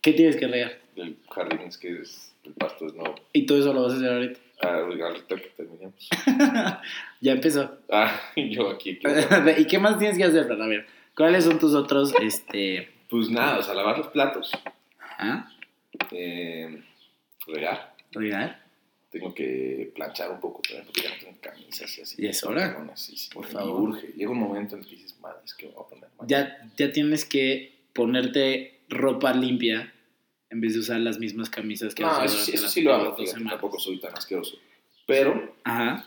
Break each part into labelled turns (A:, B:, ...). A: ¿Qué tienes que regar?
B: El jardín es que es, el pasto es nuevo.
A: Y todo eso lo vas a hacer ahorita.
B: Ah, ahorita que terminemos.
A: Ya empezó.
B: Ah, yo aquí. que-
A: ¿Y qué más tienes que hacer, Fran? A ver, ¿cuáles son tus otros, este...
B: Pues nada, o sea, lavar los platos.
A: ¿Ah?
B: Eh, regar.
A: ¿Regar?
B: Tengo que planchar un poco también porque ya no tengo camisas y así.
A: ¿Ya es hora?
B: Pantalones, Sí, sí,
A: Por
B: me
A: favor.
B: urge. Llega un momento en el que dices, madre, es que me voy a poner mal".
A: Ya, ya tienes que ponerte ropa limpia en vez de usar las mismas camisas que
B: No,
A: usado
B: eso, sí-
A: durante
B: eso
A: las
B: sí lo hago,
A: primeras dos
B: fíjate,
A: semanas.
B: tampoco soy tan asqueroso. Pero,
A: Ajá.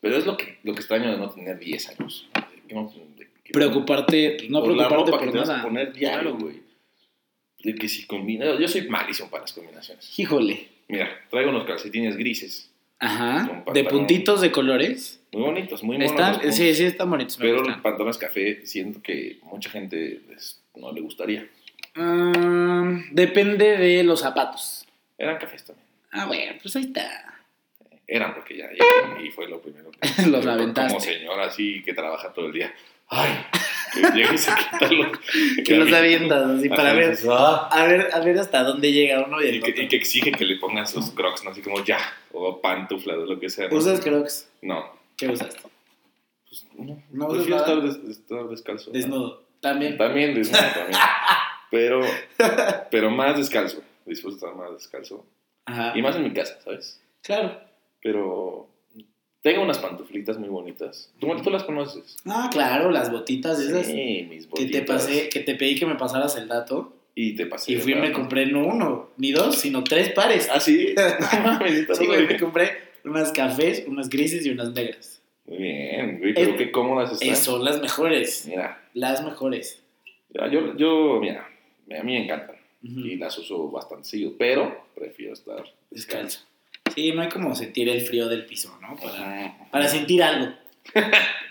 B: pero es lo que, lo que extraño de no tener 10 años. Que no- de- que-
A: Preocuparte, no
B: por la
A: preocuparte
B: ropa
A: por
B: que te vas a
A: nada.
B: poner diario,
A: Claro.
B: güey. De que si combina... Yo soy malísimo para las combinaciones.
A: Híjole.
B: Mira, traigo unos calcetines grises. Con
A: Ajá. De
B: pantalón.
A: puntitos de colores.
B: Muy bonitos, muy monos. los
A: Están,
B: puntos,
A: sí, sí, están bonitos. me
B: Pero los
A: gustan.
B: pantalones café siento que mucha gente pues, no le gustaría.
A: Ah, depende de los zapatos.
B: Eran cafés también. ¿eh?
A: Ah, bueno, pues ahí está.
B: Eran porque ya, ya- y fue lo primero que...
A: Los
B: yo
A: aventaste.
B: Como señor así que trabaja todo el día. Ay, que llegues a quitarlo.
A: Que los avientas así para
B: Ajá,
A: ver.
B: dices, "Ah".
A: A ver, a ver hasta dónde llega uno y el
B: Y que, y
A: otro.
B: que exige que le pongan sus crocs, ¿no? Así como ya, o pantuflas, o lo que sea. ¿no?
A: ¿Usas crocs?
B: No.
A: ¿Qué usaste?
B: Pues, no.
A: No usas
B: Prefiero
A: nada.
B: estar, des- estar descalzo. ¿no?
A: Desnudo. También.
B: También desnudo, también. Pero, pero más descalzo. Dispuesto a estar más descalzo.
A: Ajá.
B: Y más en mi casa, ¿sabes?
A: Claro.
B: Pero tengo unas pantuflitas muy bonitas. ¿Tú, tú las conoces?
A: Ah, claro, las botitas esas.
B: Sí, mis
A: Que
B: botitas.
A: te pasé, que te pedí que me pasaras el dato.
B: Y te pasé.
A: Y fui y me
B: ¿verdad?
A: compré no uno, ni dos, sino tres pares.
B: ¿Ah, sí? No mames, está
A: Sí,
B: muy
A: güey, me
B: bien.
A: compré unas cafés, unas grises y unas negras.
B: Muy bien, güey, pero
A: Es-
B: qué cómodas están.
A: Eh, son las mejores.
B: Mira,
A: Las mejores.
B: ya, yo, yo, mira, a mí me encantan.
A: Ujú.
B: Y las uso bastante seguido, pero prefiero estar
A: Descalzo. Sí, no hay como sentir el frío del piso, ¿no? Para,
B: Ajá.
A: para sentir algo.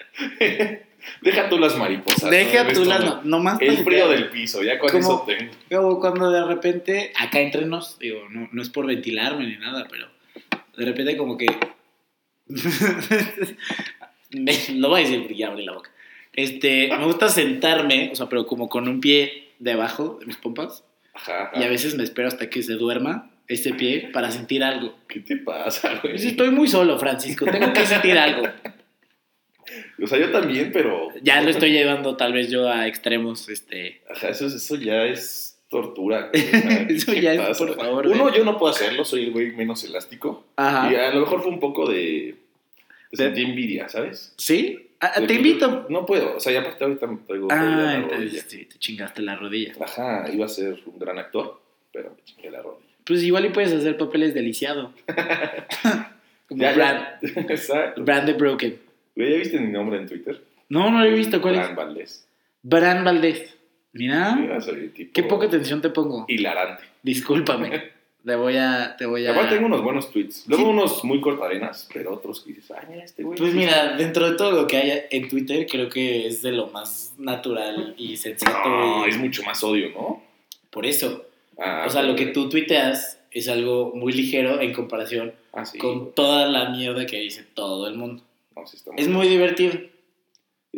B: Deja tú las mariposas. ¿no?
A: Deja
B: El
A: tú las
B: estómago.
A: no, más
B: El frío del piso, ya con
A: ¿Cómo?
B: eso tengo.
A: Como cuando de repente, acá entre nos, digo, no, no es por ventilarme ni nada, pero de repente como que... me, lo voy a decir porque ya abrí la boca. Este, me gusta sentarme, o sea, pero como con un pie debajo de mis pompas.
B: Ajá,
A: Y a
B: ajá.
A: veces me espero hasta que se duerma este pie para sentir algo.
B: ¿Qué te pasa, güey?
A: Pues estoy muy solo, Francisco, tengo que sentir algo.
B: O sea, yo también, pero.
A: Ya lo estoy llevando tal vez yo a extremos, este...
B: Ajá, eso, eso ya es tortura. güey. O sea,
A: Eso
B: ¿qué
A: ya
B: te
A: es, por favor,
B: Uno,
A: güey.
B: yo no puedo hacerlo, soy el güey menos elástico. Y
A: Ajá.
B: a lo mejor fue un poco de. de
A: De-
B: sentí envidia, ¿sabes?
A: ¿Sí? Ah,
B: De que
A: te invito.
B: yo No puedo, o sea, y aparte ahorita me traigo. todavía
A: Ah,
B: la rodilla.
A: entonces sí, te chingaste la rodilla.
B: Ajá, iba a ser un gran actor, pero me chingué la rodilla.
A: Pues igual y puedes hacer papeles de lisiado. Como
B: Ya,
A: Brand,
B: ya. Exacto.
A: Brand the Broken.
B: Güey, ¿ya viste mi nombre en Twitter?
A: No, no lo he visto. ¿Cuál
B: Fran
A: es?
B: Valdés.
A: Bran Valdés. Mira,
B: Mira, soy el tipo
A: qué poca atención te pongo.
B: Hilarante.
A: Discúlpame. Te voy a... Te voy
B: Y
A: a...
B: aparte tengo unos buenos tweets. Luego
A: Sí.
B: unos muy cortarenas, pero otros que dices, ay, mira este güey.
A: Pues mira, dentro de todo lo que hay en Twitter, creo que es de lo más natural y sensato.
B: No,
A: y-
B: es mucho más odio, ¿no?
A: Por eso.
B: Ah,
A: O sea, lo que
B: pero-
A: tú tuiteas es algo muy ligero en comparación
B: Ah, sí.
A: con toda la mierda que dice todo el mundo.
B: No, sí está muy-
A: Es muy divertido.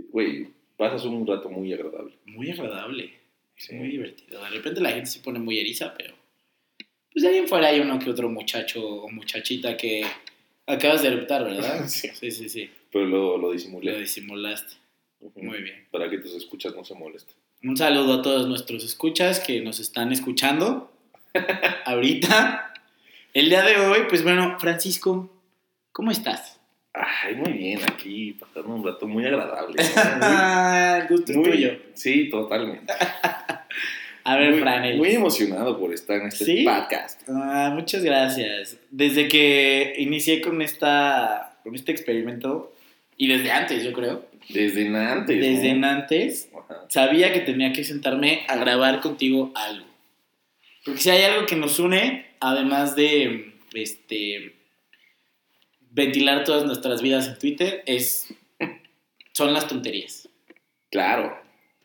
B: Güey, pasas un rato muy agradable.
A: Muy agradable. Es
B: Sí.
A: muy divertido. De repente la gente se pone muy eriza, pero. Pues de ahí en fuera hay uno que otro muchacho o muchachita que acabas de eruptar, ¿verdad?
B: Sí.
A: sí, sí. sí.
B: Pero lo, lo
A: Lo
B: disimulé.
A: disimulaste.
B: Ujú.
A: Muy bien.
B: Para que tus escuchas no se molesten.
A: Un saludo a todos nuestros escuchas que nos están escuchando ahorita. El día de hoy, pues bueno, Francisco, ¿cómo estás?
B: Ay, muy bien, aquí pasando un rato muy agradable. ¿no?
A: Ah, el gusto
B: Muy,
A: es
B: muy-
A: tuyo.
B: Sí, totalmente.
A: A ver, Fran, el-
B: Muy emocionado por estar en este
A: ¿Sí?
B: podcast.
A: Ah, muchas gracias. Desde que inicié con esta con este experimento y desde antes, yo creo,
B: Desde antes.
A: desde
B: ¿no?
A: antes
B: Ajá.
A: sabía que tenía que sentarme a grabar contigo algo. Porque si hay algo que nos une, además de este ventilar todas nuestras vidas en Twitter, es son las tonterías.
B: Claro.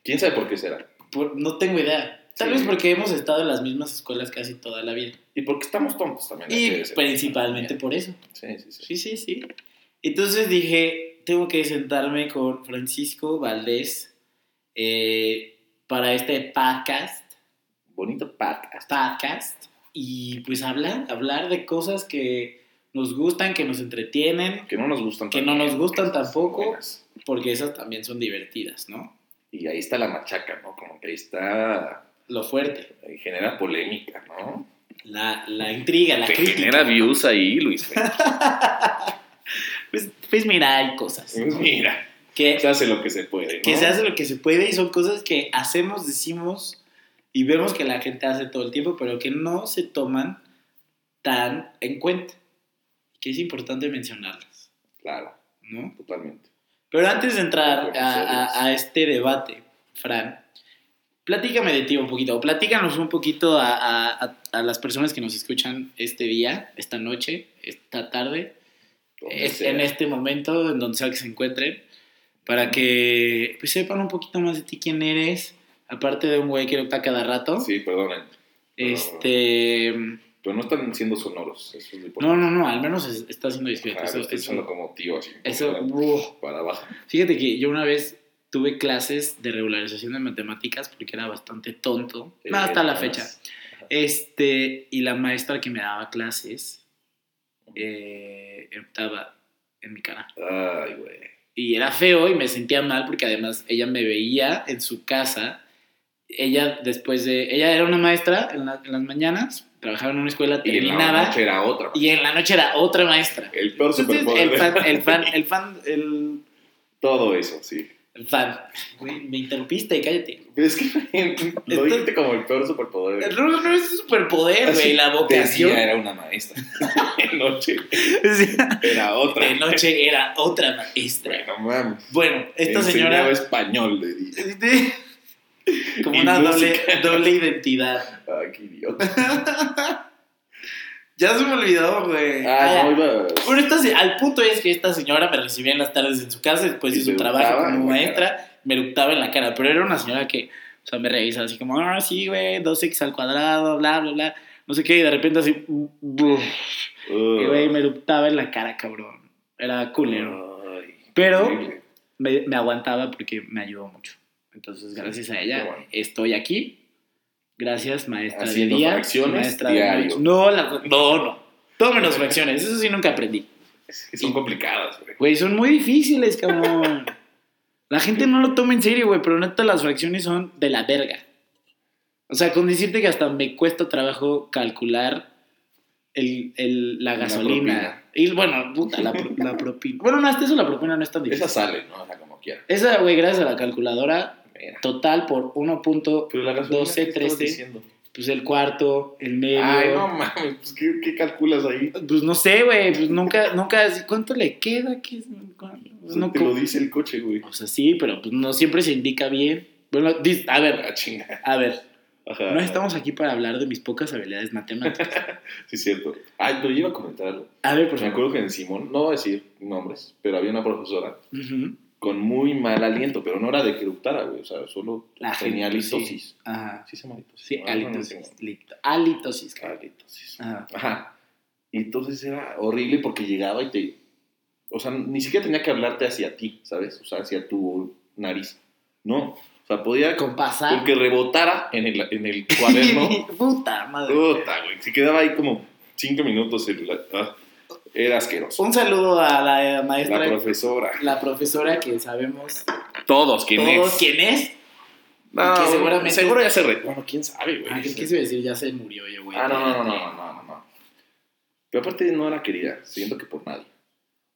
B: ¿Quién sabe por qué será?
A: Por- no tengo idea. Tal
B: Sí.
A: vez porque hemos estado en las mismas escuelas casi toda la vida.
B: Y porque estamos tontos también. hay que
A: Y
B: decirlo.
A: principalmente por eso.
B: Sí, sí, sí.
A: Sí, sí, sí. Entonces dije, tengo que sentarme con Francisco Valdés eh, para este podcast
B: bonito podcast.
A: podcast y pues hablar, hablar de cosas que nos gustan, que nos entretienen,
B: Que no nos gustan
A: Que no nos gustan
B: que son
A: tampoco.
B: buenas.
A: porque esas también son divertidas, ¿no?
B: Y ahí está la machaca, ¿no? Como que ahí está.
A: Lo fuerte,
B: eh, Genera polémica, ¿no?
A: la, la intriga, la
B: Te
A: crítica.
B: genera views ahí, Luis.
A: Pues, pues mira, hay cosas
B: Mira,
A: que,
B: se hace lo que se puede. ¿no?
A: que se hace lo que se puede y son cosas que hacemos, decimos y vemos que la gente hace todo el tiempo, pero que no se toman tan en cuenta. Que es importante mencionarlas,
B: Claro,
A: ¿no?
B: totalmente.
A: Pero antes de entrar
B: Bueno,
A: a, a- a este debate, Fran, platícame de ti un poquito, o platícanos un poquito a, a- a- a las personas que nos escuchan este día, esta noche, esta tarde,
B: Donde
A: es-
B: sea.
A: en este momento, en donde sea que se encuentren, para que pues, sepan un poquito más de ti, quién eres, aparte de un güey que opta cada rato.
B: Sí, perdonen.
A: Este,
B: Pero no están siendo sonoros. Eso es lo
A: no,
B: importante.
A: no, no, al menos es- está siendo discreto.
B: Ah,
A: eso,
B: lo estoy
A: eso-
B: usando como tío así.
A: eso,
B: como
A: uf.
B: Para abajo.
A: Fíjate que yo una vez tuve clases de regularización de matemáticas porque era bastante tonto.
B: Eh,
A: No, hasta la
B: además.
A: fecha. Este, y la maestra que me daba clases eh, estaba en mi cara.
B: Ay, güey.
A: Y era feo y me sentía mal porque además ella me veía en su casa. Ella después de... Ella era una maestra en, la- en las mañanas, trabajaba en una escuela,
B: Y en la
A: terminaba.
B: noche era otra.
A: y en la noche era otra maestra.
B: El peor
A: Entonces,
B: superpoder.
A: el
B: de-
A: fan, el fan, el fan, el
B: Todo eso, sí.
A: El fan. Güey, me interrumpiste, cállate.
B: Pero es que lo dijiste como el peor superpoder.
A: El rock no es un
B: Ah,
A: superpoder, güey, la vocación.
B: De día era una maestra. De noche era otra.
A: De noche era otra maestra.
B: Bueno, mames.
A: Bueno, esta
B: Enseñaba
A: señora.
B: español de día.
A: Como
B: Y
A: una doble,
B: música.
A: doble identidad.
B: Ay, qué idiota.
A: Ya se me olvidó, güey.
B: Ah, no,
A: Ah,
B: iba...
A: bueno, esta se- al punto es que esta señora me recibía en las tardes en su casa, después
B: Y
A: de su
B: te
A: trabajo
B: eructaba
A: como
B: en la
A: maestra, me eructaba en la cara. Pero era una señora que, o sea, me revisaba así como, ah, sí, güey, 2x al cuadrado, bla, bla, bla. No sé qué, y de repente así, "Buf".
B: Uh,
A: Y, güey, me eructaba en la cara, cabrón. Era culero.
B: Ay,
A: Pero
B: horrible.
A: me, me aguantaba porque me ayudó mucho. Entonces, gracias a ella,
B: Qué bueno.
A: estoy aquí. Gracias, maestra
B: Haciendo
A: de día.
B: fracciones
A: maestra de
B: diario.
A: noche. No, la- no, no. Todo menos fracciones. Eso sí nunca aprendí.
B: Es que son complicadas, güey.
A: Güey, son muy difíciles, cabrón. La gente no lo toma en serio, güey, pero neta las fracciones son de la verga. O sea, con decirte que hasta me cuesta trabajo calcular el, el- la
B: La
A: gasolina.
B: propina.
A: y bueno, puta, la, pro- la propina. Bueno, no, hasta eso la propina no es tan difícil.
B: Esa sale, ¿no? O sea, como quiera.
A: Esa, güey, gracias a la calculadora,
B: Mira.
A: total por 1 punto,
B: Pero la gasolina,
A: 12,
B: ¿qué estabas
A: 13.
B: diciendo?
A: pues el cuarto, el medio.
B: Ay, no mames, pues, ¿qué, qué calculas ahí?
A: Pues no sé, güey, pues nunca, nunca, ¿cuánto le queda? ¿Qué es?
B: O sea,
A: No
B: te lo dice el coche, güey.
A: O sea, sí, pero pues, no siempre se indica bien. Bueno, dis- a ver,
B: Ah, chinga.
A: a ver,
B: Ajá.
A: no estamos aquí para hablar de mis pocas habilidades matemáticas.
B: Sí, cierto. Ay, pero yo iba a comentar algo. Pues
A: A ver, por
B: Me
A: favor.
B: acuerdo que en Simón, no voy a decir nombres, pero había una profesora
A: Ujú.
B: con muy mal aliento, pero no era de que eructara, güey. O sea, solo
A: La
B: tenía
A: gente, sí.
B: halitosis.
A: Ajá.
B: Sí, se llama halitosis.
A: Sí,
B: No, no, no, no,
A: halitosis.
B: no.
A: lit- Halitosis, cabrón.
B: Halitosis.
A: Ajá.
B: Ajá. Y entonces era horrible porque llegaba y te... O sea, ni siquiera tenía que hablarte hacia ti, ¿sabes? O sea, hacia tu nariz. No. O sea, podía...
A: Con pasar.
B: Con que rebotara en el, en el cuaderno.
A: Puta madre.
B: Puta, güey. Se quedaba ahí como cinco minutos celular. Era asqueroso.
A: Un saludo a la eh,
B: La
A: maestra, la,
B: profesora.
A: profesora que sabemos
B: Todos, ¿quién
A: todos
B: es?
A: quién es.
B: No,
A: Que seguramente-
B: Seguro ya se re... Bueno, quién sabe, güey.
A: Ah, ¿qué quise decir? Ya se murió yo, güey.
B: Ah, no, no, no, no, no, no, no. Pero aparte no era querida, siento que por nadie.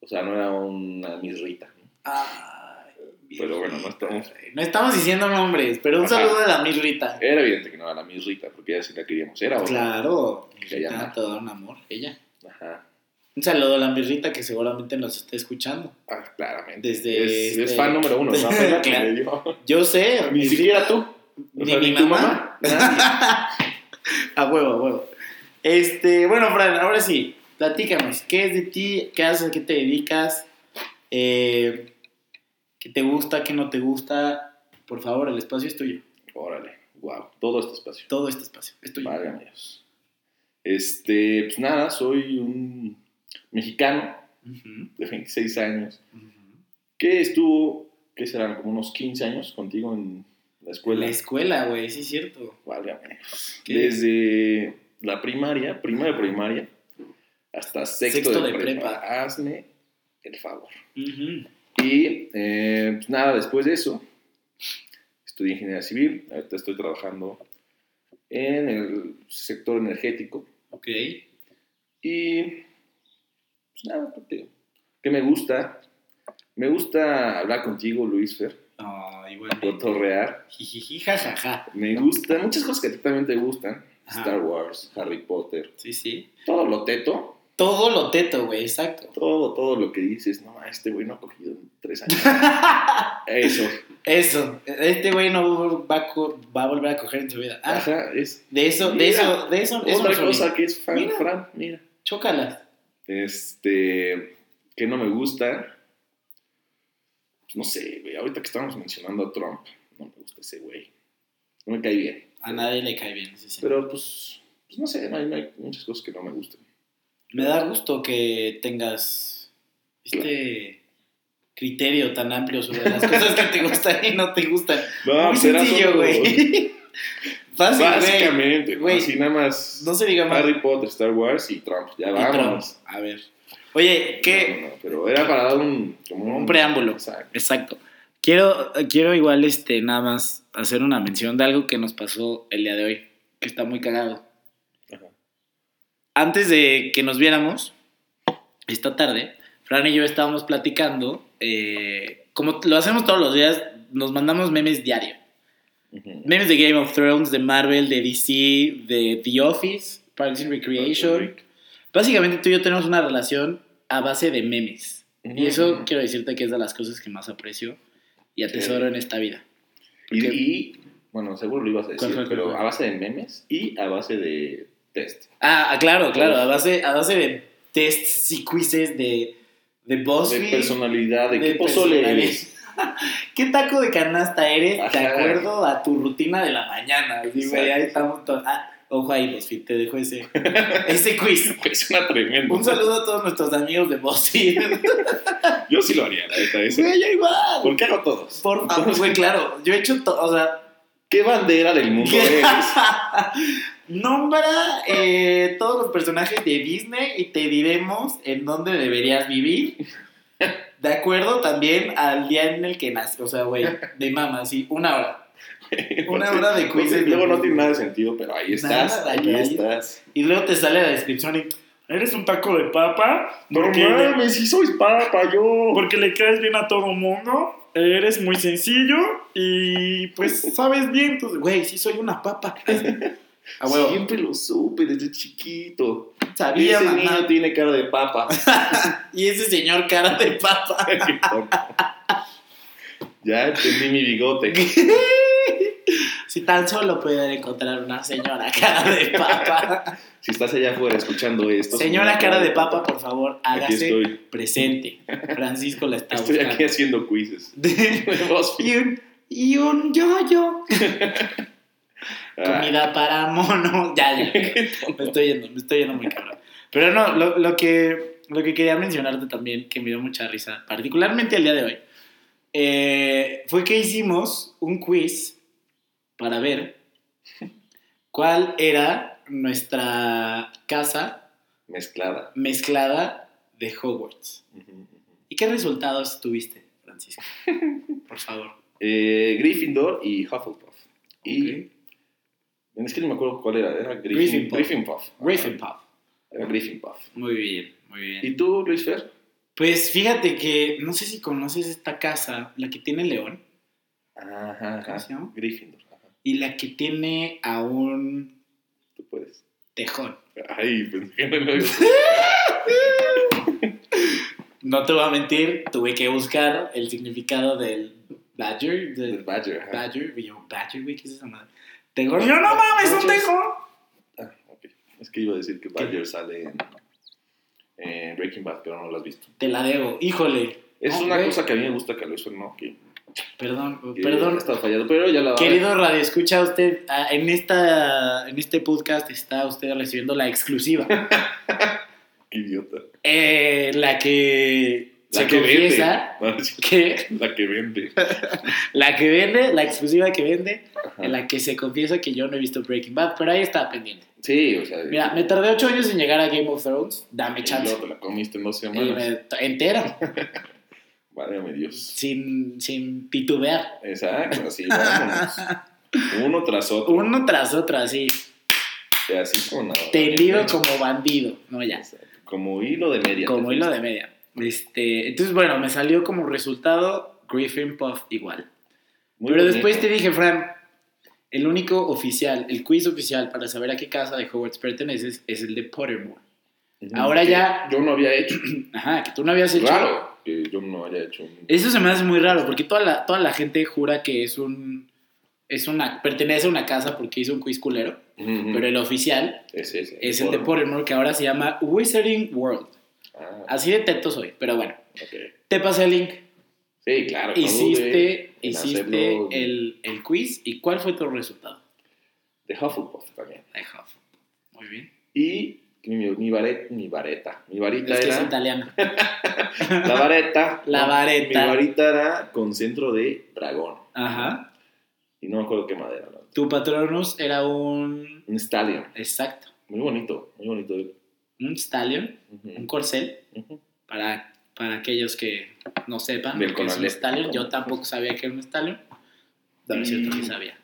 B: O sea, no era una misrita.
A: Ay,
B: Pero bueno, no estamos.
A: no estamos diciendo nombres, pero un
B: Ajá.
A: saludo a la Mirrita.
B: Era evidente que no era la misrita, porque ella sí la queríamos. Era otra.
A: Claro,
B: Que ella
A: Mirrita,
B: no.
A: todo un amor, ella.
B: Ajá.
A: Un saludo a la Mirrita que seguramente nos está escuchando.
B: Ah, claramente.
A: Desde
B: es,
A: este-
B: es fan número uno. ¿no? Fue la que
A: Claro.
B: le dio.
A: Yo sé,
B: Ni siquiera tú.
A: ni
B: O sea,
A: mi
B: tu
A: mamá.
B: Nadie.
A: A huevo, a huevo. Este, bueno, Fran, ahora sí, platícanos, ¿qué es de ti? ¿Qué haces? ¿A qué te dedicas? Eh, ¿Qué te gusta? ¿Qué no te gusta? Por favor, el espacio es tuyo.
B: Órale. Wow. Todo este espacio.
A: Todo este espacio es tuyo.
B: Válgame Dios. Este, pues nada, soy un mexicano
A: Ujú,
B: de 26 años
A: ujú.
B: que estuvo, ¿qué serán? Como unos 15 años contigo en La
A: La
B: escuela.
A: escuela, güey, sí es cierto.
B: Válgame.
A: ¿Qué?
B: Desde la primaria, prima de primaria, hasta sexto,
A: Sexto
B: de,
A: de
B: prepa.
A: prepa.
B: Hazme el favor.
A: Ujú.
B: Y eh, pues nada, después de eso, estudié ingeniería civil. Ahorita estoy trabajando en el sector energético.
A: Ok.
B: Y pues nada, contigo. ¿Qué me gusta? Me gusta hablar contigo, Luis Fer,
A: Ay, bueno.
B: cotorrear.
A: Jijiji, jajaja.
B: Me gustan muchas cosas que a ti también te gustan.
A: Ajá.
B: Star Wars, Harry Potter,
A: Sí, sí.
B: todo lo teto.
A: Todo lo teto, güey, exacto.
B: todo, todo lo que dices, no, este güey no ha cogido en tres años. Eso.
A: Eso. Este güey no va a, co- va a volver a coger en su vida. Ah,
B: Ajá, es
A: de eso, de
B: Mira.
A: eso, de eso, eso
B: otra
A: no
B: cosa que es fan,
A: Mira.
B: Fran, mira.
A: Chócalas.
B: Este, que no me gusta. Pues no sé, güey, ahorita que estábamos mencionando a Trump, no me gusta ese güey. No me cae bien.
A: A nadie le cae bien. sí, sí.
B: Pero pues, pues no sé, no hay, no hay muchas cosas que no me gustan.
A: Me da gusto que tengas este criterio tan amplio sobre las cosas que te gustan y no te gustan.
B: No,
A: Muy
B: pues, era
A: sencillo,
B: solo-
A: güey. Fácil, güey.
B: Básicamente,
A: Güey.
B: así nada más.
A: No se diga más.
B: Harry Potter, Star Wars y Trump, ya
A: Y Trump.
B: vámonos.
A: A ver. Oye, ¿qué?
B: No, no, pero era para dar un, como
A: Un preámbulo.
B: Exacto.
A: Exacto. Quiero, quiero igual este, nada más hacer una mención de algo que nos pasó el día de hoy, que está muy cagado.
B: Ajá.
A: antes de que nos viéramos, esta tarde, Fran y yo estábamos platicando, eh, como lo hacemos todos los días, nos mandamos memes diario.
B: Ujú.
A: Memes de Game of Thrones, de Marvel, de DC, de The Office, Parks and Recreation. Básicamente tú y yo tenemos una relación a base de memes. Y eso quiero decirte que es de las cosas que más aprecio y atesoro en esta vida.
B: Y,
A: porque-
B: y, bueno, seguro lo ibas a decir,
A: ¿Cuál fue, cuál
B: pero
A: fue?
B: a base de memes y a base de test.
A: Ah, claro, claro, a base, a base de tests y quizzes de, de BuzzFeed.
B: de personalidad, de,
A: Oh, de
B: qué pozole
A: personalidad.
B: eres.
A: ¿Qué taco de canasta eres de
B: Ajá.
A: acuerdo a tu rutina de la mañana? Y, güey, ahí
B: Exacto.
A: estamos todos. Ah, ojo ahí, BuzzFeed, te dejo ese, ese quiz.
B: Es una tremenda.
A: Un saludo a todos nuestros amigos de BuzzFeed.
B: Yo sí lo haría, la neta. ese.
A: Güey, ahí va.
B: ¿Por qué no todos?
A: Por favor, güey, claro. Yo he hecho todo, o sea...
B: ¿Qué bandera del mundo eres?
A: Nombra eh, todos los personajes de Disney y te diremos en dónde deberías vivir. De acuerdo también al día en el que naces. O sea, güey, de mama, sí, una hora. Una hora de quiz de
B: Luego no
A: memes.
B: tiene nada de sentido, pero ahí
A: Nada,
B: estás,
A: ahí
B: ahí
A: hay-
B: estás.
A: Y luego te sale la descripción y eres un taco de papa porque,
B: no
A: le,
B: mames, sí soy papa yo.
A: porque le caes bien a todo mundo, eres muy sencillo y pues sabes bien, entonces, güey, sí soy una papa. A huevo.
B: Siempre lo supe desde chiquito.
A: Sabía,
B: Ese niño
A: mamá.
B: tiene cara de papa.
A: Y ese señor cara de papa.
B: ya entendí mi bigote.
A: Si tan solo pudiera encontrar una señora cara de papa.
B: Si estás allá afuera escuchando esto.
A: Señora cara de papa, por favor,
B: Aquí
A: hágase
B: estoy.
A: presente. Francisco la está
B: Estoy aquí
A: buscando.
B: haciendo quizzes.
A: Y un, y un yo-yo.
B: Ah,
A: Comida para mono. Ya, ya. Me estoy yendo, me estoy yendo muy cabrón. Pero no, lo, lo que, lo que quería mencionarte también, que me dio mucha risa, particularmente el día de hoy, eh, fue que hicimos un quiz para ver cuál era nuestra casa
B: Mezclada.
A: mezclada de Hogwarts. ¿Y qué resultados tuviste, Francisco? Por favor.
B: Eh, Gryffindor y Hufflepuff. Y
A: Ok.
B: es que no me acuerdo cuál era. Era Griffin,
A: Gryffindor.
B: Gryffindor.
A: Ravenpuff.
B: Era Gryffindor.
A: Muy bien, muy bien.
B: ¿Y tú, Luis Fer?
A: Pues fíjate que no sé si conoces esta casa, la que tiene León
B: Ajá,
A: ¿Cómo se llama?
B: Ah, Gryffindor. Ajá,
A: y la que tiene a un
B: tú puedes.
A: tejón.
B: Ay, pensé que no lo iba a
A: No te voy a mentir, tuve que buscar el significado del Badger,
B: El
A: del
B: Badger. ajá.
A: Badger, y yo, Badger, güey, ¿qué es esa madre? Tejón. Yo no mames, un
B: Badgers.
A: tejón.
B: Ah, ok. Es que iba a decir que Badger sale en, en Breaking Bad, pero no lo has visto.
A: Te la debo, híjole.
B: Es
A: Ah,
B: una
A: güey.
B: cosa que a mí me gusta que lo hizo, ¿no? Que,
A: Perdón,
B: que
A: perdón.
B: Está fallado, pero ya la va a ver.
A: Querido Radio Escucha, usted ah, en, esta, en este podcast está usted recibiendo la exclusiva.
B: Qué idiota.
A: Eh, la que se confiesa
B: vende. No, es
A: que
B: La que vende.
A: la que vende, la exclusiva que vende,
B: Ajá.
A: en la que se confiesa que yo no he visto Breaking Bad, pero ahí está pendiente.
B: Sí, o sea.
A: Mira, me tardé ocho años en llegar a Game of Thrones, dame
B: y
A: chance.
B: luego te la comiste en dos
A: Y
B: semanas.
A: me t- entera,
B: Válgame Dios.
A: sin, sin titubear.
B: Exacto, así vámonos. Uno tras otro.
A: Uno tras otro, así,
B: Así como nada.
A: tendido como bandido. No, ya.
B: Como hilo de media.
A: Como hilo de media. Este, entonces, bueno, me salió como resultado Griffin Puff igual.
B: Muy
A: Pero
B: bonito.
A: después te dije, Fran, el único oficial, el quiz oficial para saber a qué casa de Hogwarts perteneces es el de Pottermore.
B: Ujú,
A: ahora
B: que
A: ya-
B: Yo no había hecho.
A: Ajá, que tú no habías hecho.
B: Claro. Que yo no haya hecho. un-
A: Eso se me hace muy raro, porque toda la, toda la gente jura que es un. Es una, pertenece a una casa porque hizo un quiz culero,
B: Ujú,
A: pero el oficial
B: ese es,
A: es el de Pottermore que ahora se llama Wizarding World.
B: Ah,
A: Así de teto soy, pero bueno.
B: ok.
A: Te pasé el link,
B: Sí, claro. no dudé
A: hiciste,
B: en
A: hiciste
B: hacerlo
A: el, el quiz y cuál fue tu resultado.
B: De Hufflepuff también.
A: Ay, Hufflepuff. Muy bien.
B: Y mi, mi, varet- mi vareta. Mi varita
A: Es que es
B: era.
A: italiano.
B: La vareta.
A: La
B: No,
A: vareta.
B: Mi varita era con centro de dragón.
A: Ajá.
B: Y no me acuerdo qué madera. ¿no?
A: Tu patronus era un.
B: Un stallion.
A: Exacto.
B: Muy bonito, muy bonito.
A: Un stallion, un
B: Ujú,
A: corcel.
B: ujú.
A: Para, para aquellos que no sepan
B: Del
A: lo que es un
B: Conalep.
A: stallion. Yo tampoco sabía que era un stallion. Pero es
B: Mm.
A: cierto que sabía.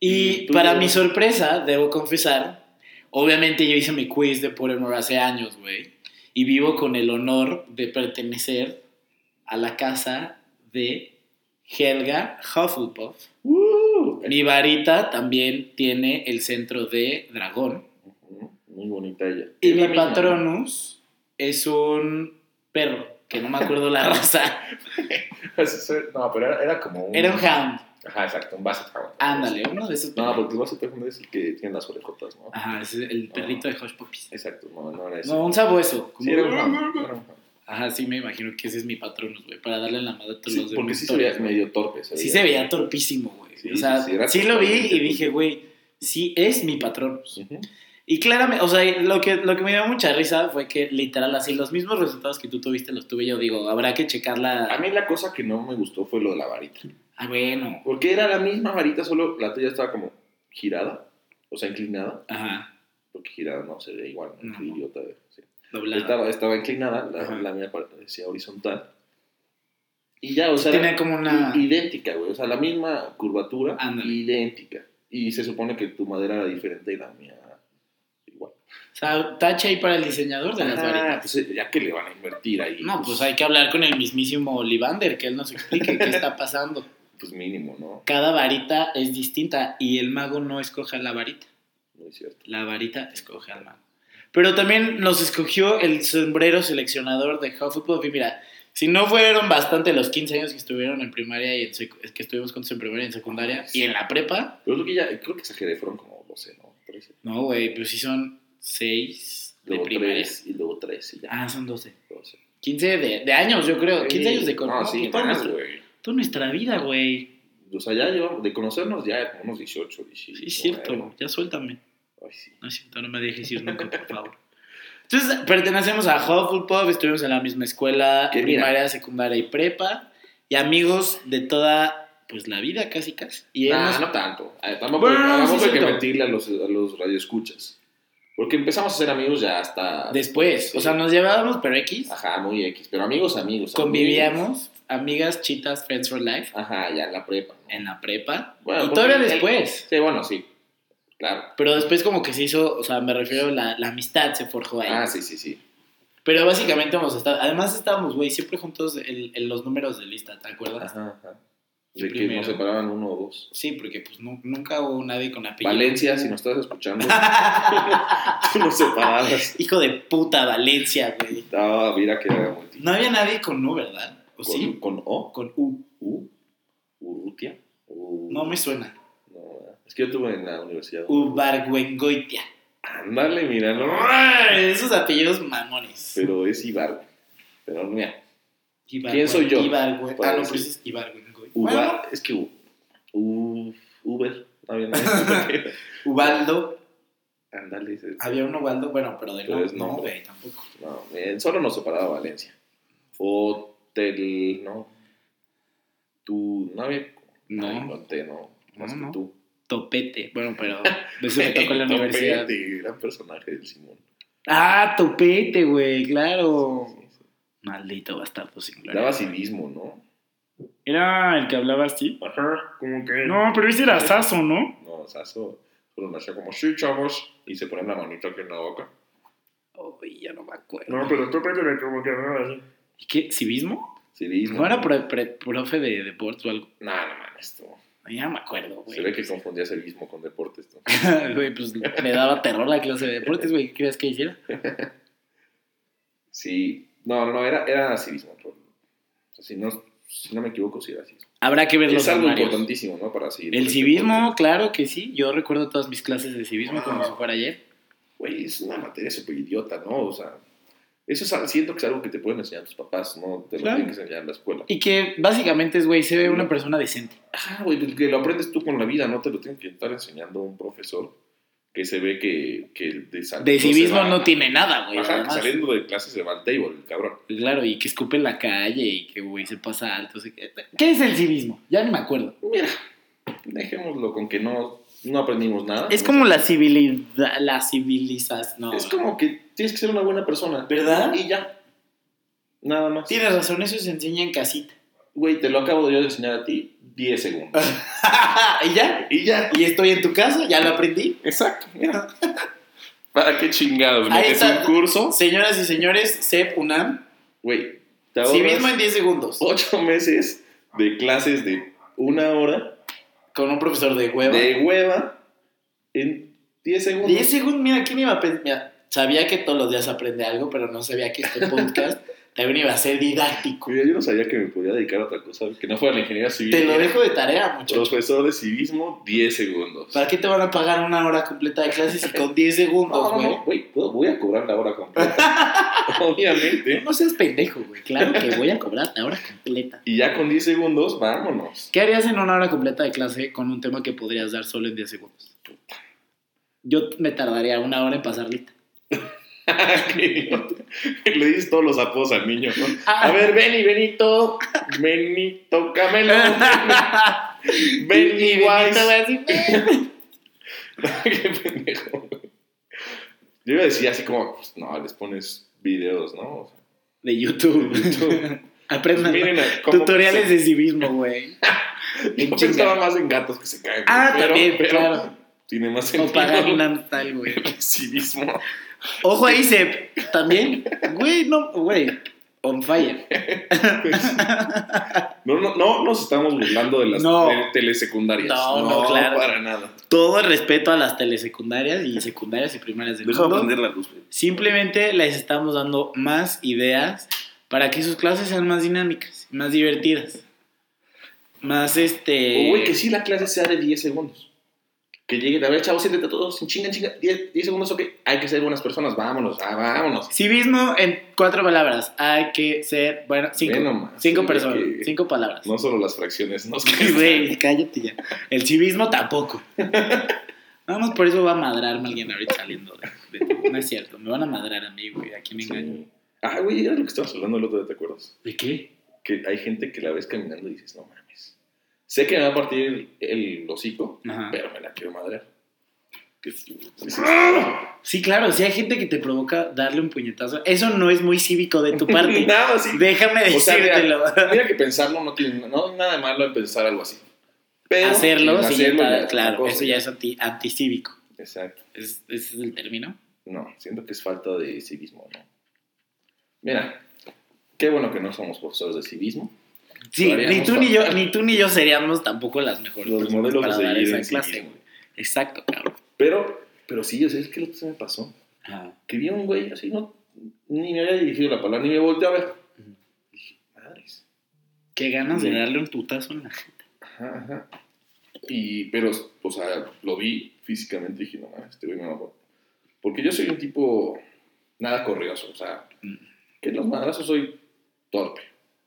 A: Y
B: ¿Y tú?
A: para mi sorpresa, debo confesar, obviamente yo hice mi quiz de Pottermore hace años, güey. Y vivo con el honor de pertenecer a la casa de Helga Hufflepuff.
B: ¡Uh!
A: Mi varita también tiene el centro de dragón.
B: Ujú, Muy bonita ella.
A: Y
B: Es la
A: mi
B: misma,
A: patronus es un perro, que no me acuerdo la raza.
B: ¿no? Eso es- No, pero era, era como un.
A: Era un hound.
B: Ajá, exacto, un Basset Hound.
A: Ándale, uno de esos
B: No,
A: perros.
B: porque el Basset Hound es el que tiene las orejotas, ¿no?
A: Ajá, es el perrito de Hush Puppies.
B: Exacto, no, no era eso.
A: No, un sabueso. como-
B: sí, era un Hound. era un Hound.
A: Ajá, sí me imagino que ese es mi patronus, güey, para darle la madre a todos
B: Sí,
A: los
B: porque sí se veía
A: dementores, güey.
B: medio torpe. Se
A: Sí se veía torpísimo, güey.
B: Sí,
A: o sea,
B: sí,
A: sí,
B: sí, era
A: lo vi y
B: totalmente
A: dije, güey, sí es mi patronus.
B: Ujú.
A: Y claramente, o sea, lo que, lo que me dio mucha risa fue que literal así los mismos resultados que tú tuviste los tuve yo. Digo, habrá que
B: A
A: checarla.
B: mí la cosa que no me gustó fue lo de la varita.
A: Ah, bueno.
B: Porque era la misma varita, solo la tuya estaba como girada, o sea, inclinada,
A: Ajá.
B: porque girada no se ve igual, ¿no?
A: No.
B: Qué idiota. eh, sí.
A: Doblada.
B: Estaba, estaba inclinada, la,
A: Ajá.
B: la mía parecía horizontal. Y ya, o sea,
A: Tiene
B: era
A: como una.
B: i- idéntica, güey, o sea, la misma curvatura,
A: Ándale.
B: idéntica. Y se supone que tu madera era diferente y la mía igual.
A: O sea, tache ahí para el diseñador de las
B: Ajá,
A: varitas.
B: pues, eh, ya que le van a invertir ahí.
A: No, pues hay que hablar con el mismísimo Olivander, que él nos explique qué está pasando.
B: Pues mínimo, ¿no?
A: Cada varita es distinta y el mago no escoge a la varita.
B: No es cierto.
A: La varita escoge al mago. Pero también los escogió el sombrero seleccionador de Hufflepuff. Y mira, si no fueron bastante los 15 años que estuvieron en primaria y en secu- es que estuvimos juntos en primaria y en secundaria y en la prepa,
B: Pero creo que ya, creo que exageré, fueron como 12, ¿no? 13.
A: no, güey, pero sí son 6 de
B: Luego
A: primaria.
B: 3 y luego 3 y ya.
A: Ah, son 12.
B: 12.
A: 15 de, de años, yo creo. 15 años de
B: con
A: conocer.
B: Eh, No, sí,
A: toda,
B: más,
A: nuestra,
B: güey.
A: toda nuestra vida, güey.
B: O sea, ya llevamos, de conocernos ya como unos 18, 19.
A: Sí, es cierto. Ya suéltame.
B: Ay, sí.
A: No es cierto, no me dejes ir nunca, por favor. Entonces, pertenecemos a Hufflepuff, estuvimos en la misma escuela,
B: Que mira.
A: primaria, secundaria y prepa, y amigos de toda, pues, la vida casi casi. Y
B: Nah,
A: hemos-
B: Ah, no tanto. A ver, tampoco
A: Bueno, no, no,
B: tampoco
A: sí
B: hay que
A: siento.
B: mentirle a los, a los radioescuchas. Porque empezamos a ser amigos ya hasta.
A: después,
B: Sí.
A: o sea, nos llevábamos, pero X,
B: Ajá, muy X. Pero amigos, amigos. amigos.
A: convivíamos, amigas, chitas, friends for life,
B: Ajá, ya en la prepa. ¿no?
A: en la prepa,
B: Bueno,
A: y
B: porque
A: todavía
B: él-
A: después.
B: Sí, bueno, sí. Claro.
A: Pero después como que se hizo, o sea, me refiero, la, la amistad se forjó ahí.
B: Ah, sí, sí, sí.
A: Pero básicamente hemos estado, además estábamos, güey, siempre juntos en, en los números de lista, ¿te acuerdas?
B: Ajá, ajá.
A: Y
B: De que
A: primero.
B: nos separaban uno o dos.
A: Sí, porque pues nu- nunca hubo nadie con apellido.
B: Valencia, si nos estás escuchando, tú nos separabas.
A: Hijo de puta, Valencia, güey.
B: Ah, mira que era muy
A: No había nadie con U, ¿verdad? ¿O
B: ¿Con,
A: sí?
B: con O?
A: Con U.
B: U. Urrutia. U-
A: No me suena.
B: No, ¿verdad? es que yo tuve en la universidad.
A: Ubargüengoitia.
B: Ándale, mira, no.
A: Esos apellidos mamones.
B: Pero es Ibargo. Pero mira,
A: Ibargüen-
B: ¿Quién soy yo?
A: Ibargüen-
B: Para
A: Ah, no,
B: decir-
A: pues es Ibargüengoitia.
B: Uba,
A: Bueno,
B: es que U, U- Uber. No había nada.
A: Ubaldo.
B: Ándale, ese-
A: Había un Ubaldo, bueno, pero de
B: Pero
A: no,
B: es
A: no,
B: nombre.
A: güey, tampoco.
B: no, eh, solo nos separaba Valencia. O tel, no. Tú, no había.
A: No.
B: Ay, no, te, no. Más
A: No,
B: que
A: no.
B: tú.
A: Topete. Bueno, pero de eso me tocó en la
B: Topete,
A: universidad.
B: Gran personaje del Simón.
A: Ah, topete, güey, claro.
B: Sí, sí, sí.
A: Maldito bastardo singular.
B: Daba cinismo, ¿no?
A: Era el que hablaba así.
B: Ajá, como que.
A: No, pero ese era Sazo, ¿no?
B: No, o sea, eso solo me hacía como, sí, chavos, y se ponen la manita aquí en la boca.
A: Uy, ya no me acuerdo.
B: No, pero tú pétale como que no.
A: ¿Y qué? ¿Civismo?
B: Civismo.
A: ¿No era pro- pre- profe de deportes o algo?
B: No, no mames, tú.
A: Ay, Ya no me acuerdo, güey. pues
B: Se ve que confundías civismo con deportes, tú.
A: Güey, pues me daba terror la clase de deportes, güey. ¿Qué creías que hiciera?
B: Sí. No, no, era, era civismo. pero- o sea, si, no, si no me equivoco, sí era civismo.
A: Habrá que ver Pues los
B: Es algo
A: sumarios.
B: importantísimo, ¿no? Para seguir.
A: El
B: con este
A: civismo,
B: deporte.
A: claro que sí. Yo recuerdo todas mis clases de civismo
B: Wow.
A: como si fuera ayer.
B: Güey, es una materia súper idiota, ¿no? O sea, eso es, al- siento que es algo que te pueden enseñar tus papás, no te lo
A: Claro.
B: tienen que enseñar en la escuela.
A: Y que básicamente es, güey, se ve una persona decente.
B: Ajá, güey, pues, que lo aprendes tú con la vida, no te lo tienen que estar enseñando un profesor que se ve que, que de, sal-
A: De
B: se
A: civismo
B: va-
A: no tiene nada, güey.
B: Ajá, que
A: además.
B: saliendo de clases se va al table, el cabrón.
A: Claro, y que escupe en la calle y que, güey, se pasa alto. se- ¿Qué es el civismo? Ya ni me acuerdo.
B: Mira, dejémoslo con que no, no aprendimos nada.
A: Es como la civilidad, la civilizas, no.
B: Es como que tienes que ser una buena persona.
A: ¿Verdad?
B: Y ya. Nada más.
A: Tienes razón, eso se enseña en casita.
B: Güey, te lo acabo yo de enseñar a ti 10 segundos.
A: ¿Y ya?
B: y ya.
A: ¿Y estoy en tu casa? ¿Ya lo aprendí?
B: Exacto, mira. ¿Para qué chingados?
A: Ahí
B: ¿Metes
A: está.
B: un curso?
A: Señoras y señores, CEP UNAM,
B: Güey, te
A: civismo
B: ahorras
A: en 10 segundos.
B: 8 meses de clases de una hora
A: Con un profesor de hueva.
B: de hueva en 10 segundos.
A: 10 segundos, mira, ¿quién iba a pensar? Mira, sabía que todos los días aprende algo, pero no sabía que este podcast también iba a ser didáctico.
B: Güey, Yo no sabía que me podía dedicar a otra cosa que no fuera la ingeniería civil.
A: Te lo dejo de tarea, muchachos.
B: Profesor de civismo, 10 segundos.
A: ¿Para qué te van a pagar una hora completa de clases y con 10 segundos,
B: No, no,
A: güey?
B: no, güey, puedo- voy a cobrar la hora completa. Obviamente.
A: No seas pendejo, güey. Claro que voy a cobrar la hora completa.
B: Y ya con 10 segundos, vámonos.
A: ¿Qué harías en una hora completa de clase con un tema que podrías dar solo en 10 segundos? Yo me tardaría una hora en pasarlita.
B: Le dices todos los apos al niño, ¿no? A ver, Beni, Benito, Benito Camelo, Beni Wise. Qué pendejo, güey. Yo iba a decir así como, pues, no, les pones videos, ¿no? O sea,
A: De YouTube.
B: De YouTube.
A: Aprendan
B: miren a- cómo-
A: tutoriales de civismo, güey. En
B: Yo
A: chinga.
B: pensaba más en gatos que se caen. güey,
A: Ah,
B: pero-
A: también,
B: pero
A: claro.
B: Tiene más
A: O
B: sentido.
A: pagar un natal, güey.
B: el civismo.
A: Ojo ahí, Sep. También. Güey, no, güey. On fire.
B: pues. No, no, no nos estamos burlando de las
A: No.
B: tele- telesecundarias.
A: No, no, claro.
B: para nada.
A: Todo el respeto a las telesecundarias y secundarias y primarias del
B: Deja
A: mundo.
B: prender la luz, güey.
A: Simplemente les estamos dando más ideas para que sus clases sean más dinámicas, más divertidas. Más este.
B: O, güey, que sí la clase sea de 10 segundos. Que lleguen, a ver, chavos, siéntate todos, sin chinga, chinga, 10, 10 segundos, ok. Hay que ser buenas personas, vámonos, ah, vámonos.
A: Civismo en cuatro palabras. Hay que ser. Bueno, cinco.
B: Ve nomás,
A: cinco
B: sí,
A: personas.
B: que-
A: Cinco palabras.
B: No solo las fracciones nos
A: Güey, cállate ya. El civismo tampoco. Nada más por eso va a madrarme alguien ahorita saliendo de, de- No es cierto, me van a madrar a mí, güey. ¿A quién me engaño?
B: Sí. Ah, güey, era lo que estábamos hablando el otro día, ¿te acuerdas?
A: ¿De qué?
B: Que hay gente que la ves caminando y dices, no mames. Sé que me va a partir el, el hocico,
A: Ajá.
B: pero me la quiero madrear. Que sí, sí, sí.
A: Sí, claro, si hay gente que te provoca darle un puñetazo. Eso no es muy cívico de tu parte.
B: Nada, sí.
A: Déjame
B: O sea, mira,
A: decírtelo.
B: Mira que pensarlo no tiene no hay nada de malo en pensar algo así. Pero
A: hacerlo,
B: el
A: sí, ya está,
B: es
A: claro,
B: otra cosa.
A: eso ya es anti, anticívico.
B: Exacto.
A: ¿Es, ese es el término.
B: No, siento que es falta de civismo, ¿no? Mira, qué bueno que no somos profesores de civismo.
A: Sí,
B: Lo
A: ni
B: haríamos
A: tú ni, yo,
B: para-
A: ni tú ni yo seríamos tampoco las mejores
B: Los
A: personas
B: modelos
A: para
B: de
A: dar
B: seguir
A: esa
B: en
A: clase,
B: civismo.
A: güey. Exacto, cabrón.
B: Pero, pero sí, yo sé, es que lo que se me pasó.
A: Ajá.
B: Que vi a un güey así, no, ni me había dirigido la palabra, ni me volteé a ver.
A: Ujú.
B: Dije, madres.
A: Qué ganas de
B: Sí.
A: darle un putazo en la gente.
B: Ajá, ajá. Y, pero, o sea, lo vi físicamente y dije, no mames, este güey me mamó. Porque yo soy un tipo nada corrioso, o sea,
A: Mm.
B: que en los madrazos soy torpe.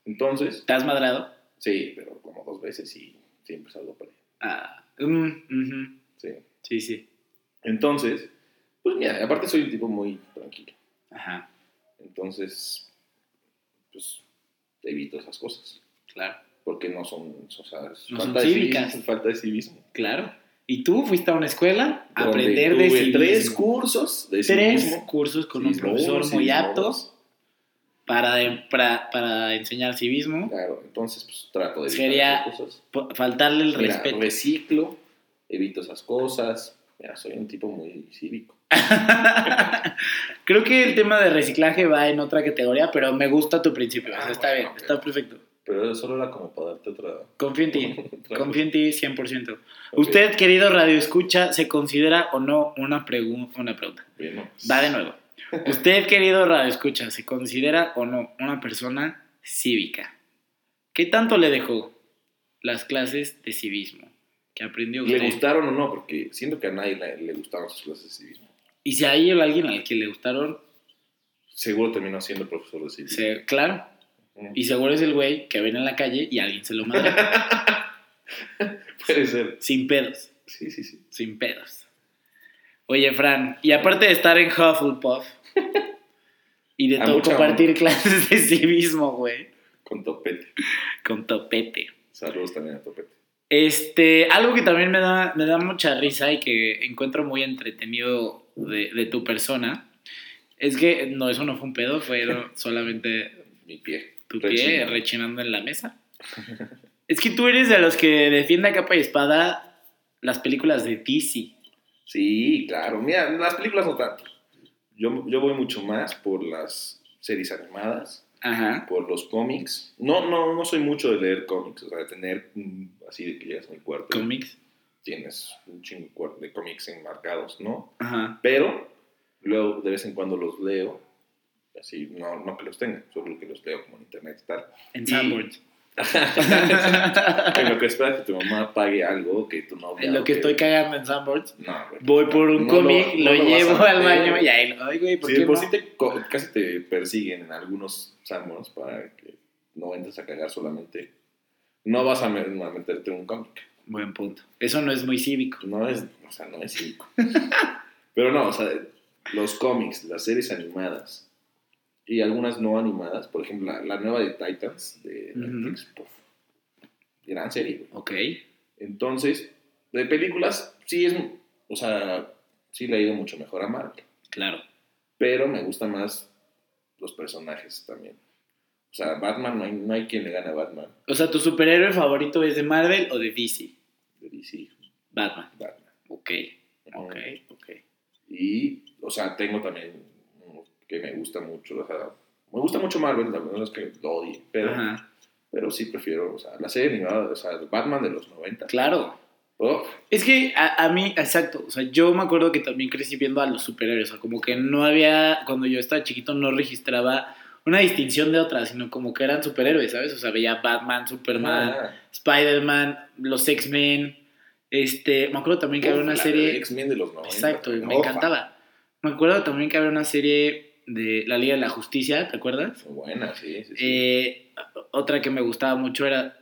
B: Entonces,
A: ¿Estás madrado?
B: sí, pero como dos veces y siempre salgo para allá.
A: Ah, mm, ujú.
B: Sí.
A: Sí, sí.
B: Entonces, pues mira, aparte soy un tipo muy tranquilo.
A: Ajá.
B: Entonces, pues evito esas cosas.
A: Claro,
B: Porque no son, o sea, es
A: No son
B: falta, de
A: cívicas.
B: civismo, falta de civismo.
A: claro. Y tú fuiste a una escuela a
B: Donde
A: aprender de
B: tuve
A: civismo.
B: tres cursos de
A: Tres
B: civismo.
A: cursos con un
B: Civismo
A: profesor
B: uno,
A: muy
B: civismo
A: apto
B: dos.
A: para, de- para, para enseñar civismo.
B: Claro, entonces pues trato de
A: Sería
B: esas cosas.
A: po- Faltarle el
B: Mira,
A: respeto.
B: reciclo, evito esas cosas. Mira, soy un tipo muy cívico.
A: Creo que el tema de reciclaje va en otra categoría, pero me gusta tu principio. o sea,
B: Ah,
A: está
B: bueno,
A: bien,
B: ok.
A: está perfecto.
B: Pero solo era como para darte otra...
A: Confío en ti.
B: otra-
A: Confío en ti 100%.
B: Ok,
A: Usted, querido Radio Escucha, ¿se considera o no una, pregu- una pregunta?
B: bien, ¿no?
A: Va de nuevo. Usted, querido Radio Escucha, ¿se considera o no una persona cívica? ¿Qué tanto le dejó las clases de civismo que aprendió
B: ¿Le
A: usted?
B: gustaron o no? Porque siento que a nadie le, le gustaron sus clases de civismo.
A: Y si hay alguien al que le gustaron,
B: Seguro terminó siendo profesor de civismo.
A: se- claro.
B: Mm.
A: Y seguro es el güey que ven en la calle y alguien se lo manda.
B: Puede ser.
A: sin pedos,
B: Sí, sí, sí.
A: sin pedos. Oye, Fran, y aparte de estar en Hufflepuff y de
B: A
A: todo
B: mucha
A: compartir clases de civismo, güey,
B: Con Topete.
A: con topete.
B: Saludos también a Topete.
A: Este, algo que también me da, me da mucha risa y que encuentro muy entretenido de, de tu persona es que no, eso no fue un pedo, fue solamente
B: Mi pie.
A: tu pie
B: Rechinando.
A: rechinando en la mesa. Es que tú eres de los que defiende a capa y espada las películas de DC.
B: Sí, claro. Mira, las películas no tanto. Yo, yo voy mucho más por las series animadas,
A: Ajá.
B: por los cómics. No, no, no soy mucho de leer cómics, o sea, de tener mm, así de que llegas a mi cuarto. y
A: Cómics.
B: Tienes un chingo cuar- de cómics enmarcados, ¿no?
A: Ajá.
B: Pero luego de vez en cuando los leo. Así, no, no que los tenga, solo que los leo como en internet y tal.
A: En
B: Y-
A: Sanborns.
B: En lo que esperas que tu mamá pague algo, que tu novia...
A: en lo
B: o
A: que estoy cagando en Sanborns.
B: No, güey.
A: Voy por un
B: No lo-
A: cómic,
B: no
A: lo,
B: lo vas a
A: llevo al
B: meter.
A: baño y ahí lo. Ay, güey, ¿por
B: Sí,
A: qué
B: de por
A: no?
B: sí te co- casi te persiguen en algunos Sanborns para que no entres a cagar solamente. No vas a, me- a meterte en un cómic.
A: Buen punto. Eso no es muy cívico.
B: No es, o sea, no es cívico. Pero no, o sea, los cómics, las series animadas y algunas no animadas, por ejemplo, la, la nueva de Titans de
A: Ujú.
B: Netflix, puf, gran serie. güey.
A: Ok.
B: Entonces, de películas, sí es, o sea, sí le ha ido mucho mejor a Marvel.
A: Claro.
B: pero me gustan más los personajes también. O sea, Batman, no hay, no hay quien le gane a Batman.
A: O sea, ¿tu superhéroe favorito es de Marvel o de DC?
B: de DC,
A: Batman.
B: Batman.
A: Ok. Ok, ok.
B: Y, o sea, tengo también uno que me gusta mucho. O sea, me gusta mucho Marvel, la verdad es que lo odie, pero,
A: Ajá.
B: pero sí prefiero, o sea, la serie animada, o sea, Batman de los 90.
A: Claro.
B: Oh,
A: Es que a, a mí, exacto. O sea, yo me acuerdo que también crecí viendo a los superhéroes. O sea, como que no había, cuando yo estaba chiquito, no registraba una distinción de otra, sino como que eran superhéroes, ¿sabes? O sea, veía Batman, Superman,
B: ah,
A: Spider-Man, los X-Men. Este, me acuerdo también que había
B: uf,
A: una
B: la
A: serie.
B: de X-Men de los 90.
A: Exacto, y me
B: Ofa,
A: encantaba. Me acuerdo también que había una serie de La Liga de la Justicia, ¿te acuerdas?
B: muy Buena, sí, sí, sí.
A: Eh, otra que me gustaba mucho era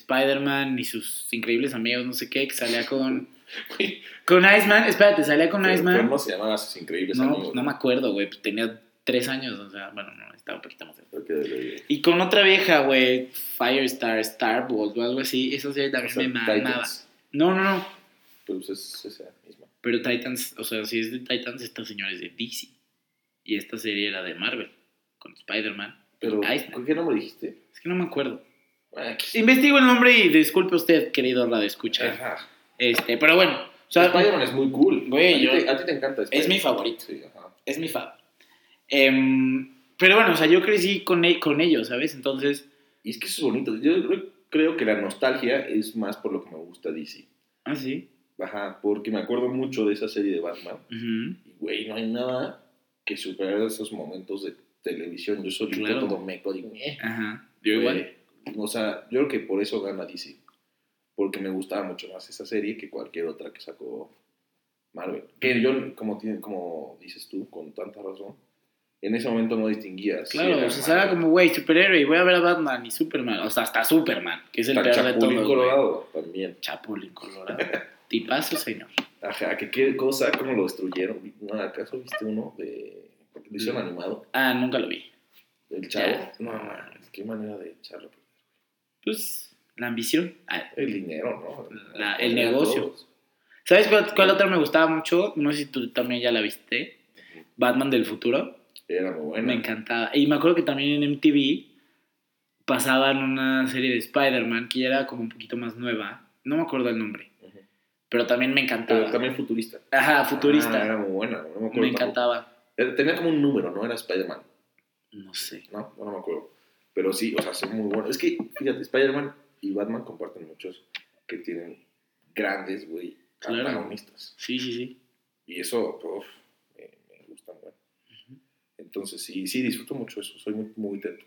A: Spider-Man y sus increíbles amigos, no sé qué, que salía con.
B: Güey.
A: con Iceman, espérate, salía con
B: Pero, pero
A: Iceman.
B: no se llamaban sus increíbles
A: No,
B: amigos.
A: pues no me acuerdo, güey, pues tenía tres años, o sea, bueno, no, estaba un poquito más. grande.
B: Creo que de-
A: Y con otra vieja, güey, Firestar, Starbolt o algo así, esa serie también me mamaba.
B: Titans,
A: No, no, no,
B: pues es esa misma.
A: Pero Titans, o sea, si es de Titans, esta señora es de DC. Y esta serie era de Marvel, con Spider-Man.
B: Pero,
A: Iceman.
B: ¿con qué nombre dijiste? Ah,
A: Es que no me acuerdo.
B: Bueno, aquí-
A: Investigo el nombre y disculpe usted, querido Radio Escucha.
B: Ajá.
A: Este, pero bueno, o
B: O sea,
A: sea,
B: Spider-Man es muy cool.
A: Güey,
B: a, ti
A: yo-
B: te, a ti te encanta Spider-Man.
A: mi favorito.
B: Sí, ajá.
A: es mi fab. Em, pero bueno, o sea, yo crecí con, e- con ellos, ¿sabes? Entonces,
B: Y es que eso es bonito. Yo creo- creo que la nostalgia es más por lo que me gusta DC.
A: ah, sí.
B: Ajá, porque me acuerdo mucho de esa serie de Batman.
A: Ujú.
B: Y, güey, no hay nada que superar esos momentos de televisión. Yo soy
A: Claro.
B: todo meco. Digo, eh,
A: Ajá. Yo igual.
B: güey. O sea, yo creo que por eso gana DC. Porque me gustaba mucho más esa serie que cualquier otra que sacó Marvel. Que yo, como, tiene- como dices tú, con tanta razón, en ese momento no distinguía. si
A: Claro,
B: era
A: o sea, era
B: Marvel.
A: como, güey, superhéroe, y voy a ver a Batman y Superman. O sea, hasta Superman, que es el
B: Tan
A: peor de
B: Chapulín
A: todos. güey.
B: Colorado también.
A: Chapulín Colorado. Tipazo, señor.
B: Ajá, que qué cosa, cómo lo destruyeron. ¿No, ¿Acaso viste uno de... porque lo hicieron
A: Mm.
B: animado?
A: Ah, nunca lo vi.
B: El chavo.
A: Ya.
B: No, mames. qué manera de echarlo. a perder.
A: Pues la ambición. Ah,
B: El dinero, ¿no?
A: La- el
B: Poner a
A: negocio.
B: todos.
A: ¿Sabes cuál, cuál otra me gustaba mucho? No sé si tú también ya la viste. Batman del futuro.
B: Era muy bueno.
A: Me encantaba. Y me acuerdo que también en MTV pasaban una serie de Spider-Man que ya era como un poquito más nueva. No me acuerdo el nombre.
B: Ujú.
A: Pero también me encantaba.
B: Pero también futurista.
A: Ajá,
B: Ah,
A: futurista.
B: era muy buena. No me, acuerdo
A: me
B: tampoco.
A: encantaba.
B: Era- Tenía como un número, ¿no? Era Spider-Man.
A: No sé.
B: No, no, no me acuerdo. Pero sí, o sea, son muy buenos. Es que, fíjate, Spider-Man y Batman comparten muchos que tienen grandes, güey,
A: Claro.
B: protagonistas.
A: Sí, sí, sí.
B: Y eso, uf, me, me gusta mucho. Entonces, sí, sí, disfruto mucho eso. Soy muy, muy teto.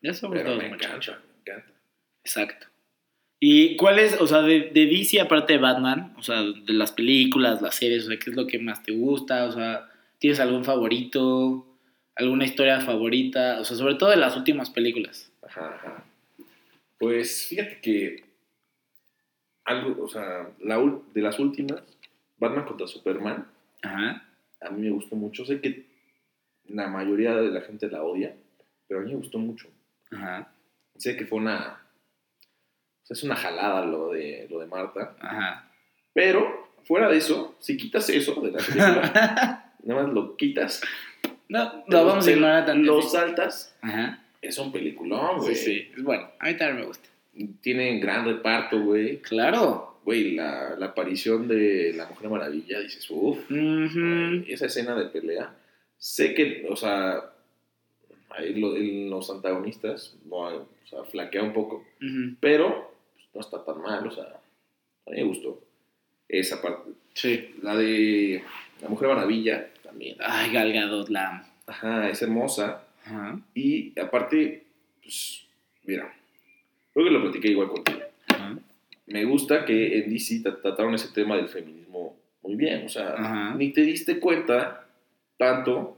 A: Ya somos
B: Pero
A: dos,
B: me
A: muchachos.
B: encanta, me encanta.
A: Exacto. ¿Y cuál es, o sea, de, de DC aparte de Batman, o sea, de las películas, las series, o sea, qué es lo que más te gusta? O sea, ¿tienes algún favorito? ¿Alguna historia favorita? O sea, sobre todo de las últimas películas.
B: Ajá, ajá. Pues fíjate que algo, o sea, la ul- de las últimas, Batman contra Superman,
A: Ajá.
B: a mí me gustó mucho. Sé que la mayoría de la gente la odia, pero a mí me gustó mucho.
A: Ajá.
B: Sé que fue una. O sea, es una jalada lo de, lo de Marta.
A: Ajá.
B: Pero, fuera de eso, si quitas eso de la película, nada más lo quitas.
A: no,
B: te
A: lo vamos a
B: te-
A: ignorar tan
B: Lo saltas.
A: Ajá.
B: Es un peliculón,
A: Sí,
B: güey.
A: sí. Es bueno. A mí también me gusta.
B: Tienen gran reparto, güey.
A: Claro.
B: Güey, la, la aparición de la Mujer Maravilla, dices, uff,
A: Ujú.
B: eh, esa escena de pelea. Sé que, o sea, ahí lo- en los antagonistas, no, hay- o sea, flaquea un poco,
A: Ujú.
B: pero pues, no está tan mal, o sea, a mí me gustó esa parte.
A: Sí.
B: La de la Mujer Maravilla también.
A: Ay, Gal Gadot, la amo.
B: Ajá, es hermosa.
A: Ajá.
B: Y aparte, pues, mira, creo que lo platiqué igual contigo.
A: Ajá.
B: me gusta que en DC tra- trataron ese tema del feminismo muy bien. O sea,
A: Ajá.
B: ni te diste cuenta tanto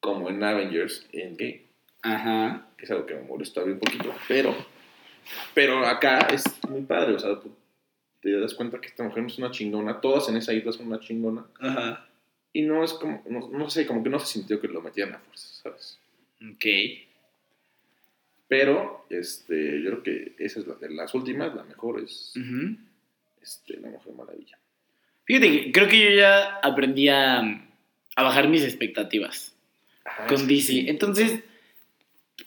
B: como en Avengers Endgame,
A: Ajá.
B: que es algo que me molesta bien poquito. Pero, pero acá es muy padre. O sea, tú te das cuenta que esta mujer no es una chingona. Todas en esa isla son una chingona.
A: Ajá.
B: Y no es como, no, no sé, como que no se sintió que lo metían a fuerza, ¿sabes?
A: Ok.
B: Pero, este, yo creo que esa es la de las últimas, la mejor es
A: Ujú.
B: este, La Mujer Maravilla.
A: Fíjate, que creo que yo ya aprendí a, a bajar mis expectativas
B: Ajá,
A: con DC. Entonces,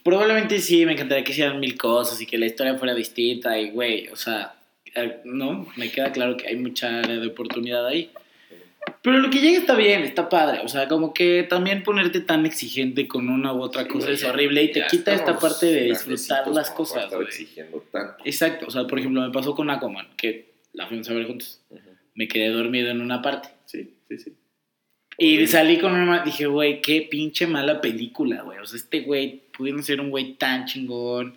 A: probablemente sí, me encantaría que hicieran mil cosas y que la historia fuera distinta y, güey, o sea, eh, no, me queda claro que hay mucha área de oportunidad ahí. Pero lo que llega está bien, está padre. O sea, como que también ponerte tan exigente con una u otra
B: Sí,
A: cosa
B: güey,
A: es horrible y te
B: ya
A: quita esta
B: estamos
A: parte de
B: grandecitos
A: disfrutar
B: como
A: las
B: para
A: cosas,
B: estar
A: güey. Eh,
B: exigiendo tanto.
A: Exacto. O sea, por ejemplo, me pasó con Aquaman, que la fuimos a ver juntos. Me quedé dormido en una parte.
B: Sí, sí, sí.
A: Y
B: Horrible.
A: salí con una... ma- Dije, güey, qué pinche mala película, güey. O sea, este güey pudiendo ser un güey tan chingón,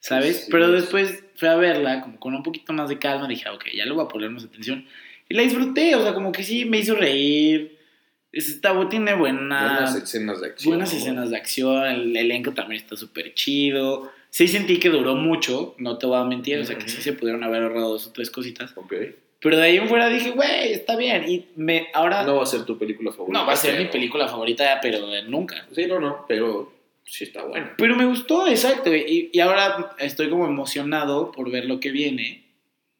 A: ¿sabes?
B: Sí, sí,
A: Pero
B: sí.
A: después fui a verla como con un poquito más de calma. Dije, ah, ok, ya le voy a poner más atención. Y la disfruté, o sea, como que sí, me hizo reír. Es- Está, bu- tiene buena,
B: buenas e-, escenas de acción.
A: buenas
B: ¿no?
A: escenas de acción, el elenco también está súper chido. Sí sentí que duró mucho, no te voy a mentir, o sea, que sí
B: Ujú.
A: se pudieron haber ahorrado dos o tres cositas.
B: Ok.
A: Pero de ahí en fuera dije, güey, está bien. Y me, ahora...
B: No va a ser tu película favorita.
A: No, va a ser mi
B: pero-
A: película favorita, pero de nunca.
B: Sí, no, no, pero sí está buena.
A: Pero me gustó, exacto. Y, y ahora estoy como emocionado por ver lo que viene.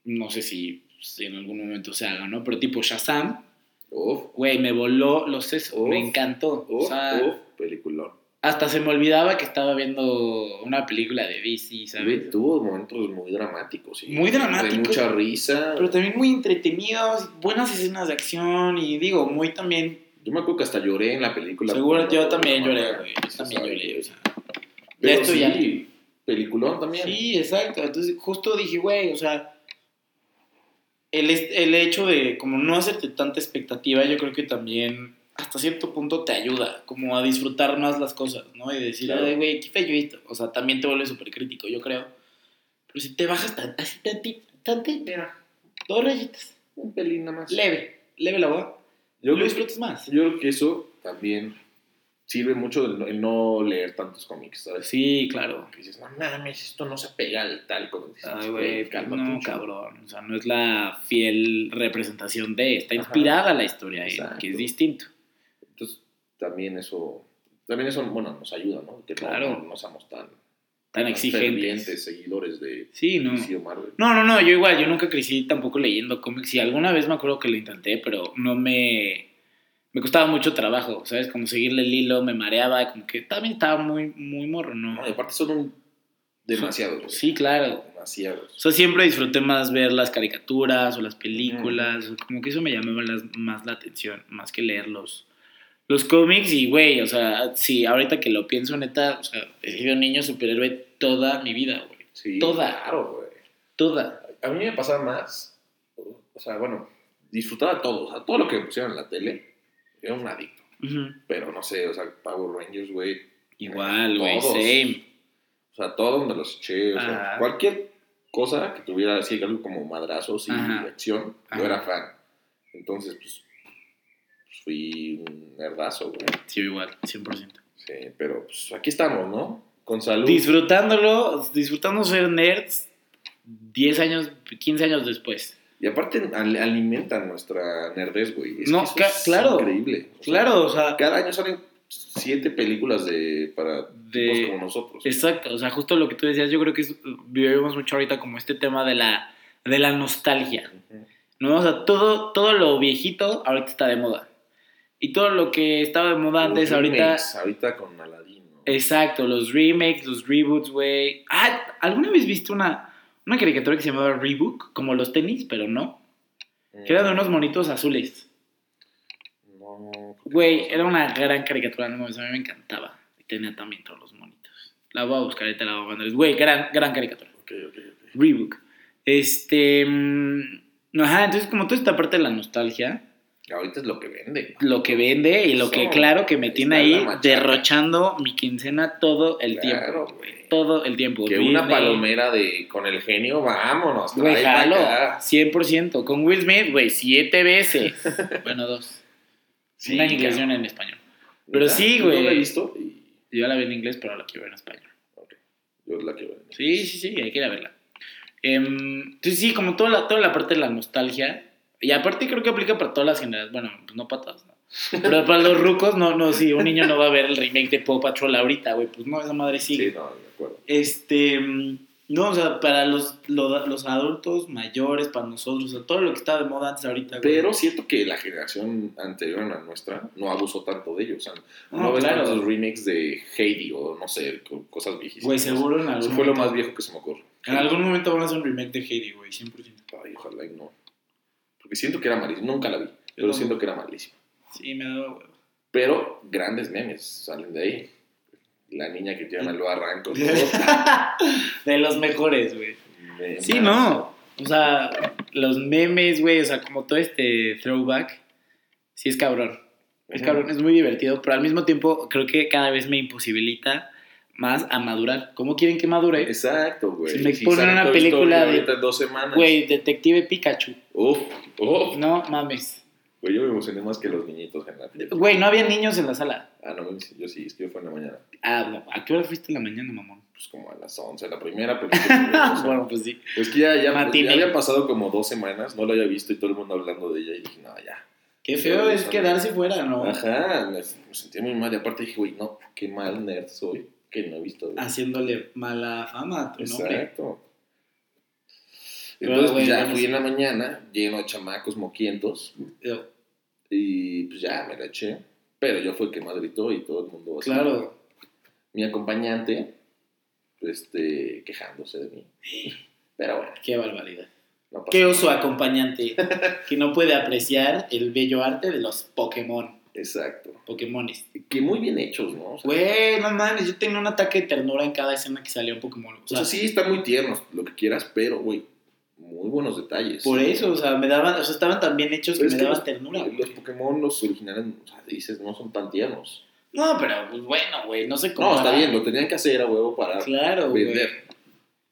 A: No sé si, si en algún momento se haga, ¿no? Pero tipo Shazam,
B: Uf,
A: güey, me voló los sesos.
B: Uf,
A: me encantó.
B: uf,
A: o sea,
B: uf, peliculón.
A: hasta se me olvidaba que estaba viendo una película de DC, ¿sabes?
B: Tuve- Tuvo momentos muy dramáticos. sí.
A: Muy dramáticos.
B: De mucha risa.
A: Pero también muy entretenidos, buenas escenas de acción y digo, muy también.
B: Yo me acuerdo que hasta lloré en la película.
A: Seguro
B: Cuando-
A: yo también lloré,
B: Ajá,
A: güey.
B: sí,
A: Yo también
B: sabe.
A: lloré, o sea.
B: Pero
A: esto
B: sí,
A: ya-
B: Peliculón también.
A: Sí, exacto. Entonces, justo dije, güey, o sea, el, est- el hecho de como no hacerte tanta expectativa, yo creo que también hasta cierto punto te ayuda, como a disfrutar más las cosas, ¿no? Y decir,
B: Claro.
A: ay, güey, qué feo esto. O sea, también te vuelve súper crítico, yo creo. Pero si te bajas tan, así tantito, tantito,
B: Mira,
A: dos rayitas,
B: un pelín nada más.
A: leve, leve la voz,
B: Yo
A: lo
B: creo que
A: disfrutas más.
B: Yo creo que eso también sirve mucho el no, el no leer tantos cómics, ¿sabes?
A: Sí, claro.
B: Que dices, no mames, esto no se pega al tal cómic. Dices,
A: Ay, güey, pues
B: cálmate
A: no,
B: un chingo.
A: cabrón. O sea, no es la fiel representación de. Está
B: Ajá.
A: inspirada la historia, eh,
B: Exacto.
A: que es distinto.
B: Entonces, también eso, también eso, bueno, nos ayuda, ¿no? Que no-
A: Claro.
B: no, no seamos tan
A: tan exigentes.
B: fervientes seguidores de
A: Sí, no.
B: DC o Marvel.
A: No, no, no, yo igual, yo nunca crecí tampoco leyendo cómics y alguna vez me acuerdo que lo intenté, pero no me... Me costaba mucho trabajo, ¿sabes? Como seguirle el hilo, me mareaba, como que también estaba muy, muy morro, ¿no?
B: No, y aparte son un- demasiados. güey.
A: Sí, claro. O
B: Demasiados.
A: sea, siempre disfruté más ver las caricaturas o las películas, o como que eso me llamaba las- más la atención, más que leer los, los cómics y, güey, o sea, sí, ahorita que lo pienso, neta, o sea, he sido niño superhéroe toda mi vida, güey,
B: Sí,
A: Toda.
B: Claro, güey.
A: toda.
B: A mí me pasaba más, o sea, bueno, disfrutaba todo, o sea, todo lo que pusieron en la tele, era un adicto.
A: Ujú.
B: Pero no sé, o sea, Power Rangers, güey,
A: Igual, güey,
B: Todos.
A: same.
B: o sea, todo donde los eché, o sea,
A: Ajá.
B: cualquier cosa que tuviera así algo como madrazos y
A: Ajá.
B: acción,
A: Ajá.
B: yo era fan. Entonces, pues, pues, fui un nerdazo, güey.
A: Sí, igual, 100%.
B: Sí, pero pues aquí estamos, ¿no? Con salud.
A: Disfrutándolo, disfrutando ser nerds 10 años, 15 años después.
B: y aparte al- alimentan nuestra nerdez, güey. Es
A: No,
B: que eso
A: ca-
B: es
A: claro.
B: increíble. O sea,
A: Claro, o sea,
B: Cada año salen siete películas de para tipos
A: de...
B: Pues como nosotros.
A: Exacto, o sea, justo lo que tú decías, yo creo que es- vivimos mucho ahorita como este tema de la, de la nostalgia.
B: Ujú.
A: ¿no? O sea, todo, todo lo viejito ahorita está de moda. Y todo lo que estaba de moda antes,
B: Los
A: ahorita... Eh,
B: remakes, ah. ahorita con Aladdin. ¿no?
A: Exacto, los remakes, los reboots, güey. Ah, ¿alguna vez viste una, una caricatura que se llamaba Rebook? Como los tenis, pero no. Que eran de unos monitos azules.
B: No.
A: Güey, era una gran caricatura, no mames, a mí me encantaba. Y tenía también todos los monitos. La voy a buscar y te la voy a mandar. Güey, gran, gran caricatura.
B: Ok, ok, ok.
A: Rebook. Este. mm, Ajá, entonces, como toda esta parte de la nostalgia,
B: Ahorita es lo que vende.
A: lo que vende y lo que,
B: Eso,
A: claro, que me
B: ahí
A: tiene
B: está la
A: ahí
B: machaca.
A: derrochando mi quincena todo el tiempo.
B: Claro, güey.
A: Todo el tiempo.
B: Que una
A: Disney,
B: palomera de con el genio, vámonos.
A: Güey,
B: trae pa'
A: jalo,
B: acá.
A: 100%. Con Will Smith, güey, siete veces. bueno, dos.
B: Sí,
A: una
B: cabrón.
A: animación en español. Pero
B: Mira,
A: sí,
B: yo No
A: güey.
B: la he visto y
A: Yo la vi en inglés, pero la quiero ver en español.
B: yo la quiero ver.
A: Sí, sí, sí, hay que ir a verla. Em, entonces, sí, como toda la, toda la parte de la nostalgia. Y aparte creo que aplica para todas las generaciones. Bueno, pues no para todas, ¿no? Pero para los rucos, no, no, sí, un niño no va a ver el remake de Paw Patrol ahorita, güey. Pues no, esa madre
B: Sí,
A: sigue.
B: no, de acuerdo.
A: Este, mm, no, o sea, para los, lo- los adultos mayores, para nosotros, o sea, todo lo que está de moda antes ahorita, güey.
B: Pero siento que la generación anterior a la nuestra no abusó tanto de ellos. O sea, no,
A: No,
B: ves
A: Ah, claro.
B: tantos remakes de Heidi o no sé, co- cosas viejísimas.
A: Güey, seguro en algún
B: Eso fue lo
A: momento-
B: más viejo que se me ocurre.
A: En algún momento van a hacer un remake de Heidi, güey, 100%.
B: Ay, ojalá y no. Porque siento que era malísimo. Nunca la vi, pero
A: tampoco.
B: siento que era malísimo.
A: Sí, me daba huevo.
B: Pero grandes memes salen de ahí. La niña que tiene el barranco. todo.
A: de los mejores, güey.
B: Me
A: Sí,
B: mama.
A: no. O sea, los memes, güey, o sea, como todo este throwback, sí es cabrón. Es
B: Ujú.
A: cabrón, es muy divertido, pero al mismo tiempo creo que cada vez me imposibilita más a madurar. ¿Cómo quieren que madure?
B: Pues, Exacto, güey.
A: Si me ponen
B: sale
A: una
B: Toy
A: película
B: Story
A: de-
B: ahorita en dos semanas.
A: Güey, detective Pikachu.
B: Uf, uf.
A: No mames.
B: Güey, yo me emocioné más que los niñitos en la tele.
A: Güey, no había niños en la sala.
B: Ah, no, yo sí, es que yo fue en la mañana.
A: Ah, no. ¿A qué hora fuiste en la mañana, mamón?
B: Pues como a las 11, la primera película. que vi, o sea,
A: bueno, pues sí.
B: Es que ya, ya,
A: Matiné.
B: ya había pasado como dos semanas, no la había visto y todo el mundo hablando de ella y dije, no, ya.
A: Qué feo es quedarse fuera, ¿no?
B: Ajá, me, me sentí muy mal y aparte dije, güey, no, qué mal nerd soy, que no he visto. güey.
A: Haciéndole mala fama a tu nombre.
B: Exacto.
A: Pero,
B: Entonces pues,
A: güey,
B: ya
A: bueno,
B: fui
A: sí.
B: en la mañana, lleno de chamacos moquientos
A: Yo,
B: y pues ya me la eché. Pero yo fui el que más gritó y todo el mundo así,
A: Claro.
B: mi acompañante, este, quejándose de mí. Pero bueno,
A: Qué barbaridad.
B: no pasa
A: Qué
B: nada.
A: oso acompañante que no puede apreciar el bello arte de los Pokémon.
B: Exacto.
A: Pokémones.
B: Que muy bien hechos, ¿no? O sea,
A: Güey, no mames, yo tenía un ataque de ternura en cada escena que salía un Pokémon. O
B: o
A: sea,
B: sea, sí, están muy tiernos, lo que quieras, pero, güey, muy buenos detalles.
A: por eso, o sea, me daban, o sea, estaban tan bien hechos que
B: Pero es
A: me
B: que
A: daban ternura, güey.
B: Los Pokémon, los originales, o sea, dices, no son tan tiernos.
A: No, pero pues, bueno, güey, no sé cómo.
B: No, está bien, lo tenían que hacer a huevo para
A: Claro, güey.
B: vender.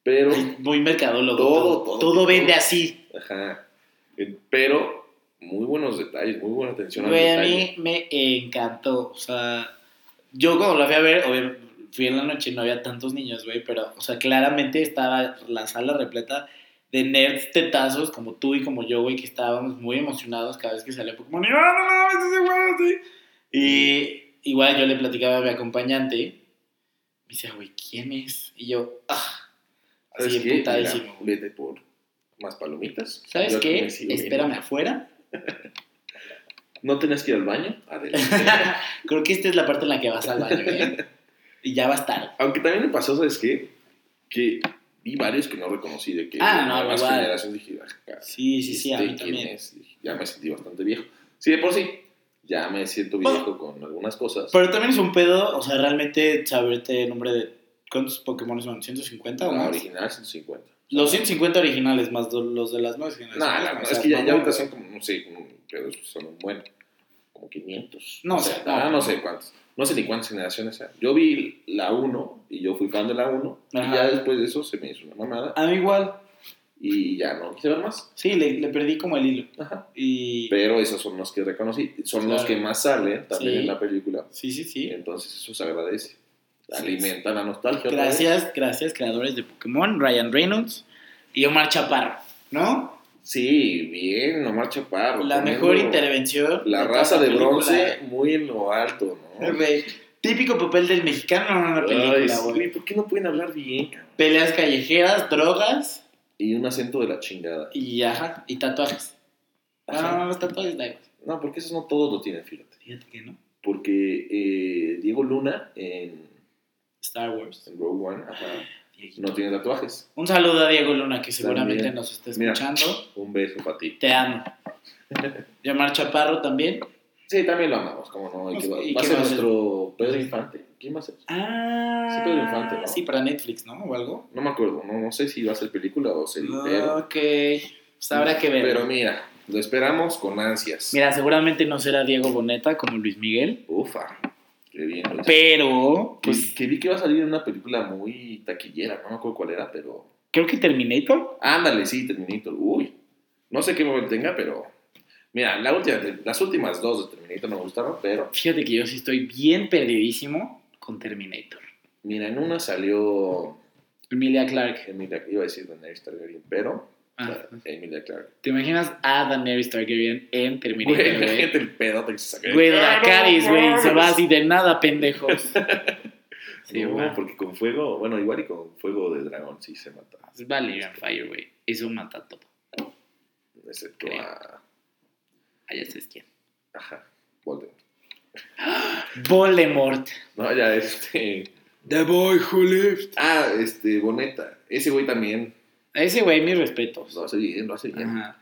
B: Pero,
A: Ay, Muy mercadólogo.
B: Todo, todo.
A: vende así.
B: ajá. eh, Pero, muy buenos detalles, muy buena atención al
A: Güey, a
B: detalle.
A: mí me encantó. O sea, yo cuando la fui a ver, obviamente, fui en la noche y no había tantos niños, güey, pero, o sea, claramente estaba la sala repleta de nerds tetazos como tú y como yo, güey, que estábamos muy emocionados cada vez que salía Pokémon. Y, "Ah, no mames, ese güey, así". Y igual yo le platicaba a mi acompañante. Me decía, güey, ¿quién es? Y yo, ah.
B: ¿Sabes
A: Así,
B: qué?
A: emputadísimo,
B: Mira,
A: güey.
B: vete por más palomitas.
A: ¿Sabes
B: Yo aquí
A: qué?
B: me sigo
A: Espérame
B: viendo.
A: afuera.
B: ¿No tenías que ir al baño? Adelante.
A: Creo que esta es la parte en la que vas al baño, ¿eh? Y ya vas tarde.
B: Aunque también me pasó, ¿sabes qué? Que vi varios que no reconocí de que
A: Ah, no,
B: las
A: igual.
B: generaciones dije, ah, caray,
A: Sí, sí, sí, a
B: este,
A: mí
B: ¿quién
A: también.
B: es? Dije, Ya me sentí bastante viejo. Sí, de por sí. Ya me siento viejo con algunas cosas.
A: Pero también es un pedo, o sea, realmente saberte el nombre de. ¿Cuántos Pokémon son? ¿150 o
B: la
A: más?
B: original 150.
A: Los 150 originales, más do- los de las nuevas
B: No,
A: generaciones.
B: la
A: O
B: verdad
A: sea,
B: es que ya, ya
A: mamón.
B: ahorita son como, no sé, como- pero son un buen, como 500.
A: No
B: O sea,
A: sé,
B: ah,
A: no.
B: no sé cuántos. No sé ni cuántas generaciones eran. Yo vi la 1 y yo fui fan de la 1. Y
A: Ajá.
B: ya después de eso se me hizo una mamada.
A: A mí igual.
B: Y ya no quise ver más.
A: Sí, le, le perdí como el hilo.
B: Ajá.
A: Y.
B: Pero esos son los que reconocí. Son los
A: Claro.
B: que más salen también
A: Sí.
B: en la película.
A: Sí, sí,
B: Y
A: sí.
B: entonces eso se agradece.
A: Sí,
B: Alimenta la nostalgia. otra vez.
A: Gracias, gracias, creadores de Pokémon, Ryan Reynolds y Omar Chaparro, ¿no?
B: Sí, bien, Omar Chaparro.
A: La
B: poniendo
A: mejor intervención.
B: La
A: toda
B: raza
A: la
B: de
A: película. eh.
B: bronce muy en lo alto, ¿no?
A: Güey, Típico papel del mexicano en una
B: Ay,
A: película,
B: sí,
A: güey.
B: ¿Por qué no pueden hablar bien? cabrón?
A: Peleas callejeras, drogas
B: Y un acento de la chingada.
A: y, ajá, y tatuajes.
B: Ajá.
A: Ah, no, los tatuajes da igual.
B: No, porque esos no todos lo tienen, fíjate.
A: Fíjate que no.
B: Porque eh, Diego Luna en,
A: Star Wars.
B: en Rogue One ajá, no tiene tatuajes.
A: Un saludo a Diego Luna, que seguramente
B: También.
A: nos está
B: Mira.
A: escuchando.
B: Un beso para ti.
A: Te amo. Llamar Chaparro también.
B: Sí, también lo amamos, como no. ¿Y
A: Pues,
B: qué va,
A: ¿y
B: va a
A: qué
B: ser
A: va a ser?
B: nuestro Pedro Infante. ¿Quién va a ser?
A: Ah.
B: Sí, Pedro Infante, ¿no?
A: Sí, para Netflix, ¿no? O algo.
B: No me acuerdo, no, no sé si va a ser película o serie, pero,
A: Ok. Pues habrá que ver.
B: pero mira, lo esperamos con ansias.
A: Mira, seguramente no será Diego Boneta como Luis Miguel.
B: Ufa, qué bien. Luis.
A: Pero,
B: Que-
A: pues,
B: que vi que iba a salir en una película muy taquillera, no me acuerdo cuál era, pero
A: creo que Terminator.
B: Ándale, sí, Terminator. Uy. No sé qué móvil tenga, pero. Mira, la última- las últimas dos de Terminator me gustaron, pero.
A: Fíjate que yo sí estoy bien perdidísimo con Terminator.
B: Mira, en una salió.
A: Emilia Clark.
B: Emilia, iba a decir Daenerys Targaryen, pero.
A: Ah,
B: Emilia Clark.
A: ¿Te imaginas a Daenerys Targaryen en
B: Güey,
A: Terminator?
B: la
A: güey?
B: gente el pedote que se saca.
A: Güey,
B: ¡Ah, no
A: Dracarys, güey, se va
B: mames!
A: así de nada, pendejos. Sí,
B: No,
A: güey.
B: porque con fuego. Bueno, igual y con fuego de dragón sí se mata.
A: Valerian Fire, güey. Eso mata todo.
B: Excepto
A: Creo.
B: a.
A: Allá se quién.
B: Ajá, Voldemort.
A: Voldemort.
B: No, ya este.
A: The boy who lived.
B: Ah, este, Boneta. Ese güey también. pues,
A: A ese güey, mis respetos.
B: Lo hace bien, lo hace bien.
A: Ajá.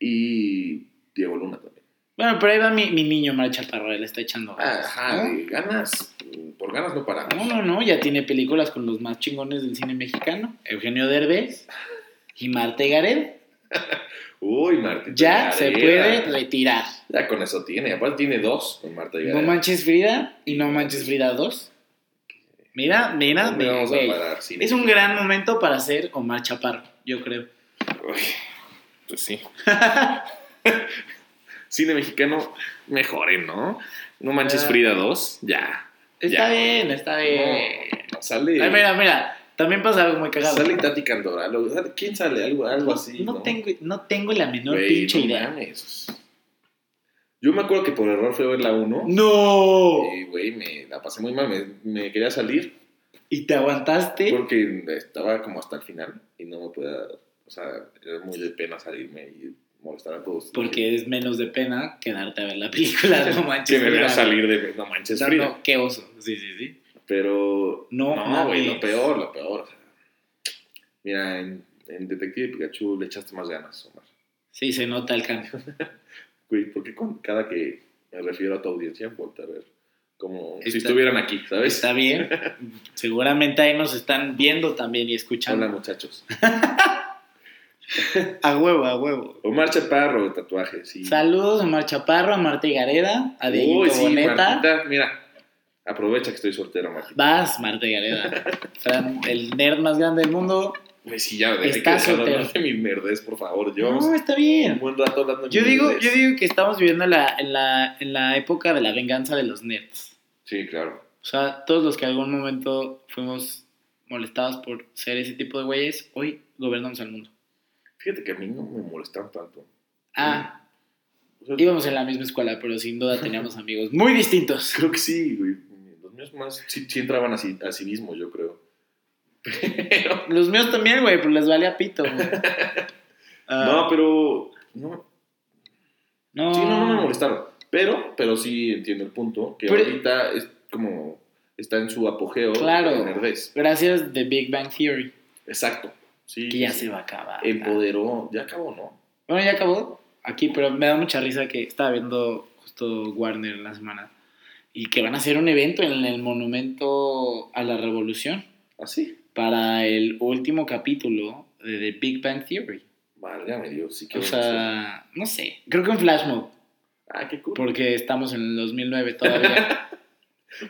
B: Y Diego Luna también.
A: Bueno, pero ahí va mi, mi niño Mar Chaparro, le está echando ganas.
B: Ajá,
A: ¿no?
B: de ganas, mm, por ganas no
A: No,
B: paramos.
A: no, no, ya tiene películas con los más chingones del cine mexicano. Eugenio Derbez y Marta Garet.
B: Uy, Marta.
A: Ya
B: Gareda.
A: se puede retirar.
B: Ya con eso tiene, aparte tiene dos con Marta
A: No
B: Gareda.
A: manches Frida y no manches Frida 2. Mira, mira,
B: No me
A: mira,
B: vamos
A: güey.
B: a parar. sí.
A: Es un gran momento para ser Omar Chaparro, yo creo.
B: Uy, pues sí. Cine mexicano, mejoren, ¿no? No manches
A: Ah.
B: Frida 2, ya.
A: Está
B: Ya.
A: bien, está bien.
B: No, sale.
A: Eh. Ay, mira, mira, también pasa algo muy cagado.
B: Sale Tati Cantoral. o- ¿Quién sale? Algo, algo
A: no,
B: así.
A: no
B: ¿no?
A: Tengo, no tengo la menor
B: Güey,
A: pinche
B: no
A: idea.
B: mames. Yo me acuerdo que por error fui a ver la 1.
A: ¡No!
B: Y, güey, me la pasé muy mal. Me, me quería salir
A: ¿Y te aguantaste?
B: porque estaba como hasta el final y no me podía. O sea, era muy de pena salirme y molestar a todos.
A: Porque es menos de pena quedarte a ver la película, no
B: Que
A: manches.
B: me voy a
A: mira.
B: salir de. No manches,
A: No,
B: Frida.
A: no, qué oso. Sí, sí, sí.
B: Pero.
A: No
B: No, güey,
A: mames.
B: lo peor, lo peor. o sea. mira, en, en Detective Pikachu le echaste más ganas, Omar.
A: Sí, se nota el cambio.
B: Güey, ¿por qué con- cada que me refiero a tu audiencia, vuelta a ver? Como si
A: Está-
B: estuvieran aquí, ¿sabes?
A: Está bien. Seguramente ahí nos están viendo también y escuchando.
B: Hola, muchachos.
A: A huevo, a huevo.
B: Omar Chaparro, tatuajes. sí.
A: Saludos a Omar Chaparro, a Marta Gareda, a Dieguito
B: Uy, sí,
A: Boneta.
B: Martita, mira. Aprovecha que estoy soltero, Martita.
A: Vas, Marta Gareda. Fran, el nerd más grande del mundo.
B: Pues sí, ya, de
A: Estás
B: que hablar
A: soltero.
B: de mi nerdez, por favor. Llevamos
A: No, está
B: un
A: bien.
B: buen rato hablando de
A: Yo
B: mi
A: digo,
B: nerdez.
A: yo digo que estamos viviendo la, en, la, en la época de la venganza de los nerds.
B: Sí, claro.
A: O sea, todos los que en algún momento fuimos molestados por ser ese tipo de güeyes, hoy gobernamos al mundo.
B: Fíjate que a mí no me molestan tanto.
A: Ah,
B: O sea, Mm.
A: íbamos en la misma escuela, pero sin duda teníamos amigos muy distintos.
B: Creo que sí, güey. Los míos míos más. Sí, sí entraban a, ci- a cinismo, yo creo.
A: Los míos también, güey, pues les valía pito, güey.
B: No,
A: Ah,
B: pero. No,
A: no,
B: Sí, no, no me molestaron. Pero, pero sí entiendo el punto. Que
A: Pero-
B: ahorita es como. Está en su apogeo.
A: Claro.
B: la nerdez.
A: Gracias de Big Bang Theory,
B: Exacto. Sí.
A: que ya
B: sí.
A: se va a acabar.
B: Empoderó. Ya acabó, ¿no?
A: Bueno, ya acabó aquí, pero me da mucha risa que estaba viendo justo Warner la semana y que van a hacer un evento en el Monumento a la Revolución
B: Así.
A: para el último capítulo de The Big Bang Theory.
B: Válgame Dios. Sí que.
A: O sea, no sé, creo que un flash mob,
B: Ah, qué cool.
A: porque estamos en el 2009 todavía.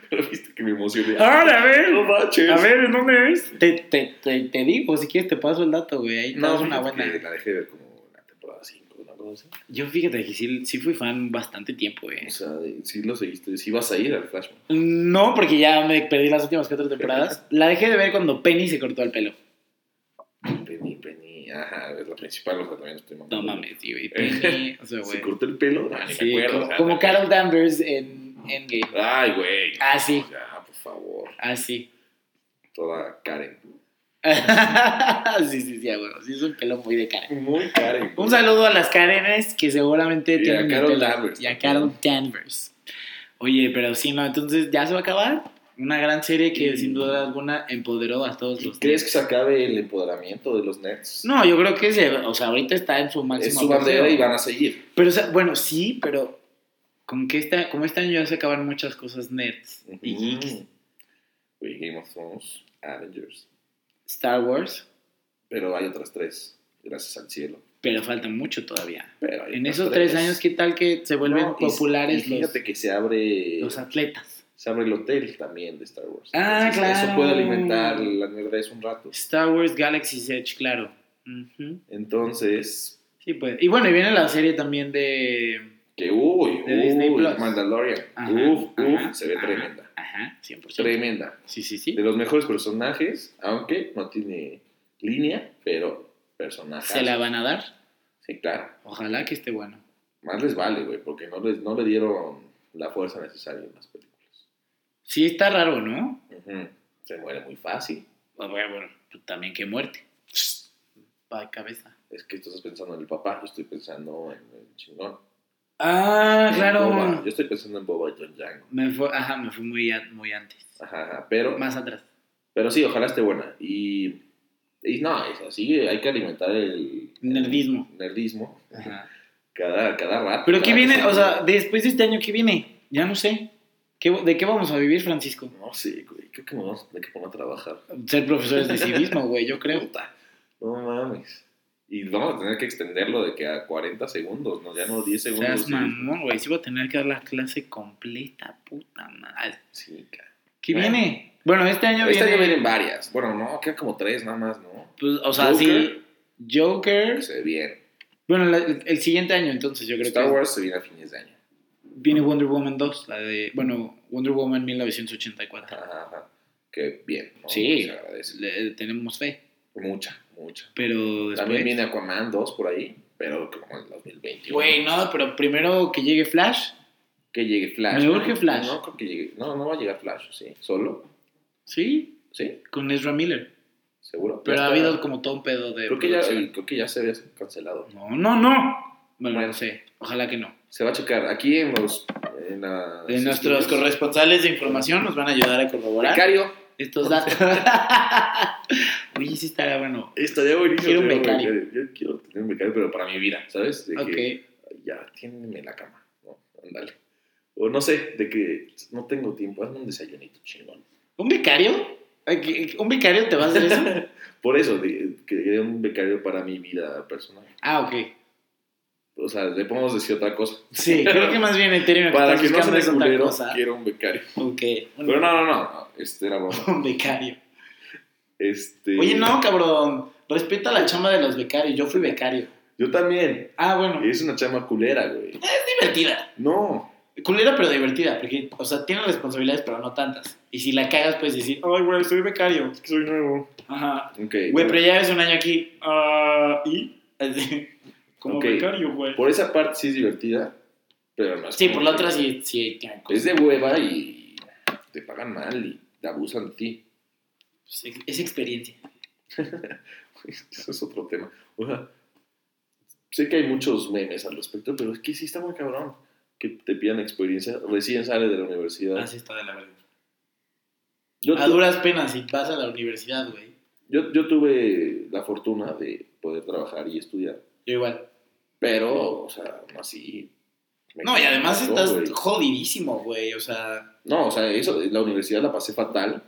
B: Pero viste que me emocioné.
A: Ahora, a
B: No
A: ver,
B: manches.
A: ¡Ah, a ver, ¿en ¿dónde es? Te, te, te, te digo, si quieres te paso el dato, güey, ahí te
B: No,
A: das una
B: fíjate
A: buena.
B: que La dejé de ver como en la temporada 5, una cosa así.
A: Yo fíjate que sí, sí fui fan bastante tiempo, eh. güey.
B: O sea, de- sí lo seguiste. Sí vas a ir al Flashman.
A: No, porque ya me perdí las últimas cuatro temporadas. La dejé de ver cuando Penny se cortó el pelo.
B: Penny, Penny. Ajá, es la principal. O sea, también estoy mamando.
A: No mames, tío, güey. Penny, o sea,
B: Se
A: güey.
B: cortó el pelo. Ah, ni
A: Sí,
B: me acuerdo.
A: como,
B: o sea,
A: como
B: también-
A: Carol Danvers en Endgame.
B: Ay, güey.
A: Ah, sí.
B: Ya, por favor.
A: Así.
B: Toda Karen.
A: sí, sí, sí, ah, güey. Sí, es un pelo muy de Karen.
B: Muy Karen.
A: Un saludo a las Karenes que seguramente
B: Y a
A: tienen. mi
B: Carol
A: pelo.
B: Danvers
A: Y a
B: también.
A: Carol Danvers. Oye, pero sí, no, entonces ya se va a acabar. Una gran serie que
B: Y-
A: sin duda alguna empoderó a todos los.
B: Mm. ¿Crees que se acabe el empoderamiento de los nerds?
A: No, yo creo que se, o sea, ahorita está en su máximo.
B: es su bandera
A: apogeo.
B: y van a seguir.
A: Pero, o sea, bueno, sí, pero con que esta, como este año ya se acaban muchas cosas nerds y geeks.
B: Ujú. Güey, Game of Thrones, Avengers.
A: Star Wars,
B: Pero hay otras tres, gracias al cielo.
A: pero falta mucho todavía.
B: Pero hay
A: En
B: otras
A: esos tres años, ¿qué tal que se vuelven
B: No, y-
A: populares
B: y fíjate
A: los,
B: que se abre,
A: los atletas?
B: se abre el hotel también de Star Wars.
A: Ah, claro.
B: Eso puede alimentar la nerdez un rato.
A: Star Wars Galaxy's Edge, claro. Ujú.
B: Entonces,
A: Sí, pues. Y bueno, y viene la serie también de...
B: que uy,
A: De Disney
B: uy,
A: Plus.
B: Mandalorian.
A: Ajá,
B: uf, uf,
A: ajá,
B: se ve
A: ajá.
B: tremenda.
A: Ajá, 100%.
B: Tremenda.
A: Sí, sí, sí.
B: de los mejores personajes, aunque no tiene línea, pero personajes.
A: Se la van a dar.
B: Sí, claro.
A: Ojalá que esté bueno.
B: Más les vale, güey, porque no, les, no le dieron la fuerza necesaria en las películas.
A: Sí, está raro, ¿no?
B: Ujú. Se muere muy fácil.
A: Bueno, bueno, pues también qué muerte. Va de cabeza.
B: Es que tú estás pensando en el papá, yo estoy pensando en el chingón.
A: Ah,
B: En
A: claro.
B: Boba. Yo estoy pensando en Boba y John Django.
A: Me fue, ajá, me fui muy, a- muy antes.
B: Ajá, ajá. Pero,
A: Más atrás.
B: pero sí, ojalá esté buena. Y, y no, es así, hay que alimentar el
A: Nerdismo.
B: el nerdismo
A: Ajá.
B: cada, cada rato.
A: Pero ¿qué
B: cada
A: viene?
B: semana.
A: O sea, después de este año, ¿qué viene? Ya no sé. ¿Qué- ¿De qué vamos a vivir, Francisco?
B: No sé, güey, creo que me vamos a tener que poner a trabajar.
A: Ser profesores de civismo, güey, yo creo.
B: Puta, No mames. Y vamos a tener que extenderlo de que a 40 segundos, no, ya no 10 segundos.
A: Seas
B: sí.
A: mamón, güey. Sí voy a tener que dar la clase completa, puta madre.
B: Sí, claro.
A: ¿Qué
B: Bueno.
A: viene? Bueno, este año
B: Este
A: viene...
B: año vienen varias. Bueno, no, quedan como tres nada más, ¿no?
A: pues, o sea, sí...
B: Joker.
A: Joker.
B: Se viene.
A: Bueno, la- el, el siguiente año, entonces, yo creo
B: Star
A: que...
B: Wars se viene a fines de año.
A: Viene Wonder Woman 2, la de... Bueno, Wonder Woman 1984.
B: Ajá, ajá. Que bien. ¿no?
A: Sí.
B: Se agradece.
A: Le- tenemos fe.
B: Mucha, mucha.
A: Pero después...
B: También viene Aquaman 2 por ahí, pero como en el 2021.
A: Güey, no, pero primero que llegue Flash.
B: Que llegue Flash.
A: Me
B: ¿no?
A: urge Flash.
B: No, creo que llegue. No, no va a llegar Flash, ¿sí? ¿Solo?
A: Sí,
B: ¿Sí?
A: con Ezra Miller.
B: ¿Seguro?
A: Pero
B: Ya
A: ha
B: está.
A: habido como todo un pedo de.
B: Creo que, ya,
A: producción.
B: creo que ya se había cancelado.
A: No, no, no. Bueno,
B: Bueno.
A: no sé. Ojalá que no.
B: Se va a checar. Aquí en los. En la-
A: De nuestros
B: estudios.
A: corresponsales de información nos van a ayudar a corroborar
B: Becario.
A: estos datos. Oye, sí estaría bueno.
B: Estaría buenísimo.
A: Quiero un
B: tener
A: becario.
B: Yo quiero tener un becario, pero para mi vida, ¿sabes? De
A: Ok.
B: que ya tiéndeme la cama. ¿no? Ándale. O no sé, de que no tengo tiempo. Hazme un desayunito chingón.
A: ¿Un becario? Ay, ¿Un becario te va a hacer eso?
B: Por eso, de, que un becario para mi vida personal.
A: Ah, ok.
B: O sea, le podemos decir otra cosa.
A: Sí, creo que más bien el término que
B: Para
A: estás
B: que no se
A: buscando es
B: me
A: otra
B: culero,
A: cosa.
B: quiero un becario.
A: Ok. Un,
B: Pero no, no, no. Este era broma.
A: un becario.
B: Este,
A: Oye, no, cabrón. Respeta la chamba de los becarios. Yo fui becario.
B: Yo también.
A: Ah, bueno.
B: Es una chama culera, güey.
A: divertida.
B: No,
A: Culera, pero divertida, porque, o sea, tiene responsabilidades, pero no tantas. Y si la cagas, puedes decir, ay, güey, soy becario.
B: que soy nuevo.
A: Ajá.
B: Ok.
A: Güey, pero ya ves un año aquí. Ah, ¿y? Así, Como
B: Ok.
A: becario, güey.
B: Por esa parte sí es divertida, pero no es
A: Sí,
B: como
A: por la
B: que-
A: otra sí, sí hay que-
B: Es de hueva y... te pagan mal y te abusan de ti.
A: Pues, ex- es experiencia.
B: Eso es otro tema. O sea, sé que hay muchos memes al respecto, pero es que sí está muy cabrón que te pidan experiencia. Recién sale de la universidad.
A: Así está de la verga.
B: Yo,
A: A
B: tu-
A: duras penas, si vas a la universidad, güey.
B: yo, yo tuve la fortuna de poder trabajar y estudiar,
A: Yo igual.
B: pero, o sea, no así. me
A: No, y además
B: encantó,
A: estás
B: güey.
A: jodidísimo, güey. O sea,
B: No, o sea, eso, la universidad la pasé fatal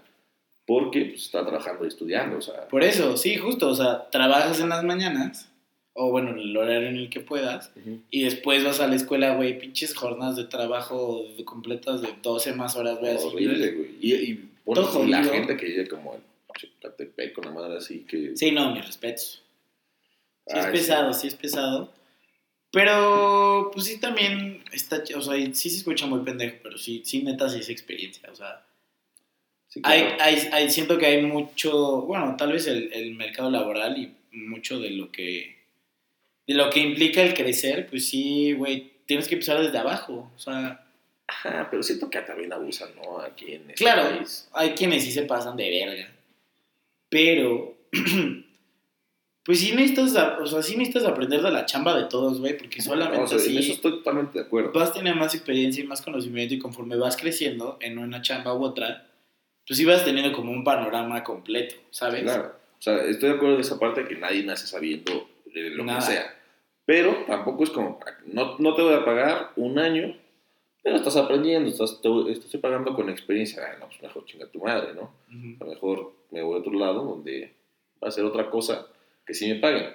B: porque pues, estaba trabajando y estudiando, o sea.
A: por eso, sí, justo. O sea, trabajas en las mañanas, o bueno, en el horario en el que puedas, y después vas a la escuela, güey, pinches jornadas de trabajo de- completas de 12 más horas, güey. así,
B: Horrible,
A: güey.
B: güey. Y, y, bueno,
A: Pues, Todo
B: y la
A: jodido.
B: gente que vive como en Chapultepec, con la madre así, que.
A: Sí, no, mis respetos. Sí es
B: Ay,
A: pesado, sí es pesado. Pero, pues sí también está, ch- o sea, sí se escucha muy pendejo, pero sí, sí neta sí es experiencia, o sea,
B: sí,
A: hay,
B: claro.
A: hay- hay- siento que hay mucho, bueno, tal vez el, el mercado laboral y mucho de lo que, de lo que implica el crecer, pues sí, güey, tienes que empezar desde abajo, o sea,
B: Ajá, Ah, pero siento que también abusan, ¿no? Aquí en este
A: Claro.
B: país.
A: hay quienes sí se pasan de verga, pero, pues sí necesitas, a- o sea, sí necesitas aprender de la chamba de todos, güey, porque solamente
B: O sea,
A: así-
B: En eso estoy totalmente de acuerdo.
A: vas teniendo más experiencia y más conocimiento y conforme vas creciendo en una chamba u otra, tú sí vas teniendo como un panorama completo, ¿sabes?
B: Claro. O sea, estoy de acuerdo en esa parte que nadie nace sabiendo eh, lo
A: Nada.
B: que sea. Pero tampoco es como, para- no, no te voy a pagar un año, pero estás aprendiendo, estás, te, te estoy pagando con experiencia. Ah, no, pues mejor chinga tu madre, ¿no?
A: Ujú.
B: A lo mejor me voy a otro lado donde va a ser otra cosa que sí me paguen,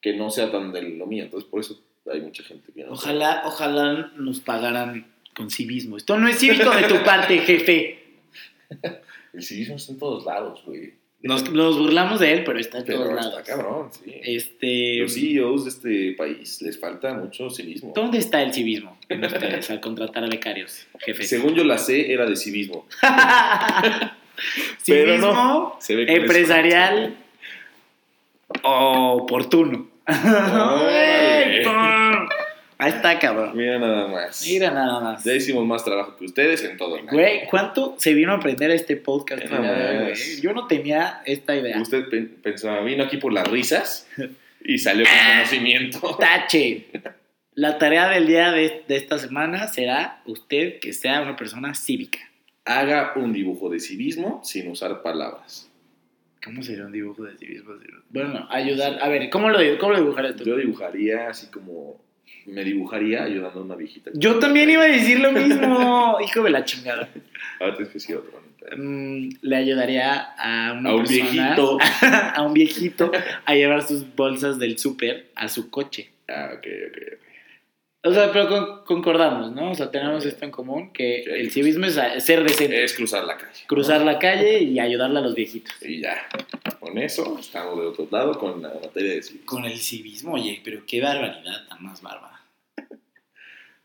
B: que no sea tan de lo mío. Entonces, por eso hay mucha gente que no.
A: Ojalá, ojalá nos pagaran con civismo. Esto no es cívico de tu parte, jefe.
B: El civismo está en todos lados, güey.
A: Nos, nos burlamos de él, pero está en todos
B: Pero
A: lados.
B: está cabrón, Pues sí.
A: Este,
B: Los CEOs de este país les falta mucho civismo.
A: ¿Dónde está el civismo en ustedes al contratar becarios, jefe?
B: Según yo la sé, era de civismo. Pero
A: civismo
B: Se ve que les-
A: empresarial oportuno.
B: Órale.
A: Ahí está, cabrón.
B: Mira nada más.
A: Mira nada más.
B: Ya hicimos más trabajo que ustedes en todo. el año.
A: Güey, ¿cuánto se vino a aprender este podcast?
B: Mira
A: el día de hoy,
B: nada
A: güey?
B: más.
A: Yo no tenía esta idea.
B: Usted pen- pensaba, vino aquí por las risas y salió
A: Ah.
B: con conocimiento.
A: Tache. La tarea del día de, de esta semana será usted que sea una persona cívica.
B: Haga un dibujo de civismo sin usar palabras.
A: ¿Cómo sería un dibujo de civismo? Bueno, ayudar. A ver, ¿cómo lo, dibu- cómo lo dibujarías tú?
B: Yo dibujaría así como. Me dibujaría ayudando a una viejita.
A: Yo también iba a decir lo mismo. Hijo de la chingada.
B: Ahora Ah, tienes que decir otro. ¿no?
A: Mm, le ayudaría a una
B: A un
A: persona-
B: viejito.
A: a un viejito a llevar sus bolsas del súper a su coche.
B: Ah, ok, ok.
A: O sea, pero con- concordamos, ¿no? O sea, tenemos esto en común, que
B: Que Eh, hay
A: el
B: que
A: civismo es a- ser decente,
B: Es cruzar la calle.
A: cruzar la calle y ayudarle a los viejitos.
B: Y ya. Con eso estamos de otro lado con la materia de civismo.
A: Con el civismo, oye, pero qué barbaridad tan más bárbara.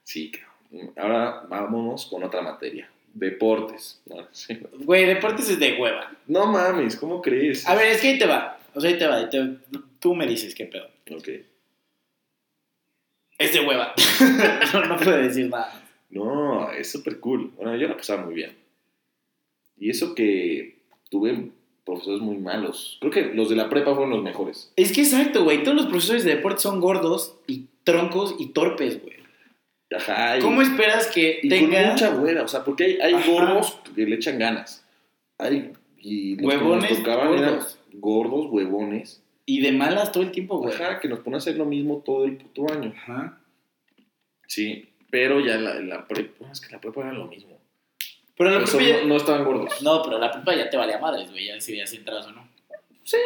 B: Sí, cabrón. Ahora vámonos con otra materia. Deportes. No, sí.
A: Güey, deportes es de hueva.
B: No mames, ¿cómo crees?
A: A ver, es que ahí te va. O sea, ahí te va. ahí te- tú me dices qué pedo.
B: Ok.
A: Es de hueva. no, no puedo decir nada.
B: No, es súper cool. Bueno, yo la pasaba muy bien. Y eso que tuve profesores muy malos. Creo que los de la prepa fueron los mejores.
A: Es que exacto, güey. Todos los profesores de deportes son gordos y troncos y torpes, güey.
B: Ajá. Y,
A: ¿Cómo esperas que
B: y con
A: tenga
B: mucha buena, o sea, porque hay, hay
A: Ajá.
B: gordos que le echan ganas. Hay y los
A: Huevones,
B: que nos tocaban
A: gordos.
B: eran gordos, huevones.
A: y de malas todo el tiempo, güey?
B: Ajá, que nos ponen a hacer lo mismo todo el puto año.
A: Ajá.
B: Sí, pero ya la, la prepa, es que la prepa era lo mismo.
A: Pero la
B: Pero Pues son-
A: prepa ya...
B: no, no estaban gordos.
A: No, pero la prepa ya te valía madres, güey, ya si ya entras o no.
B: Sí.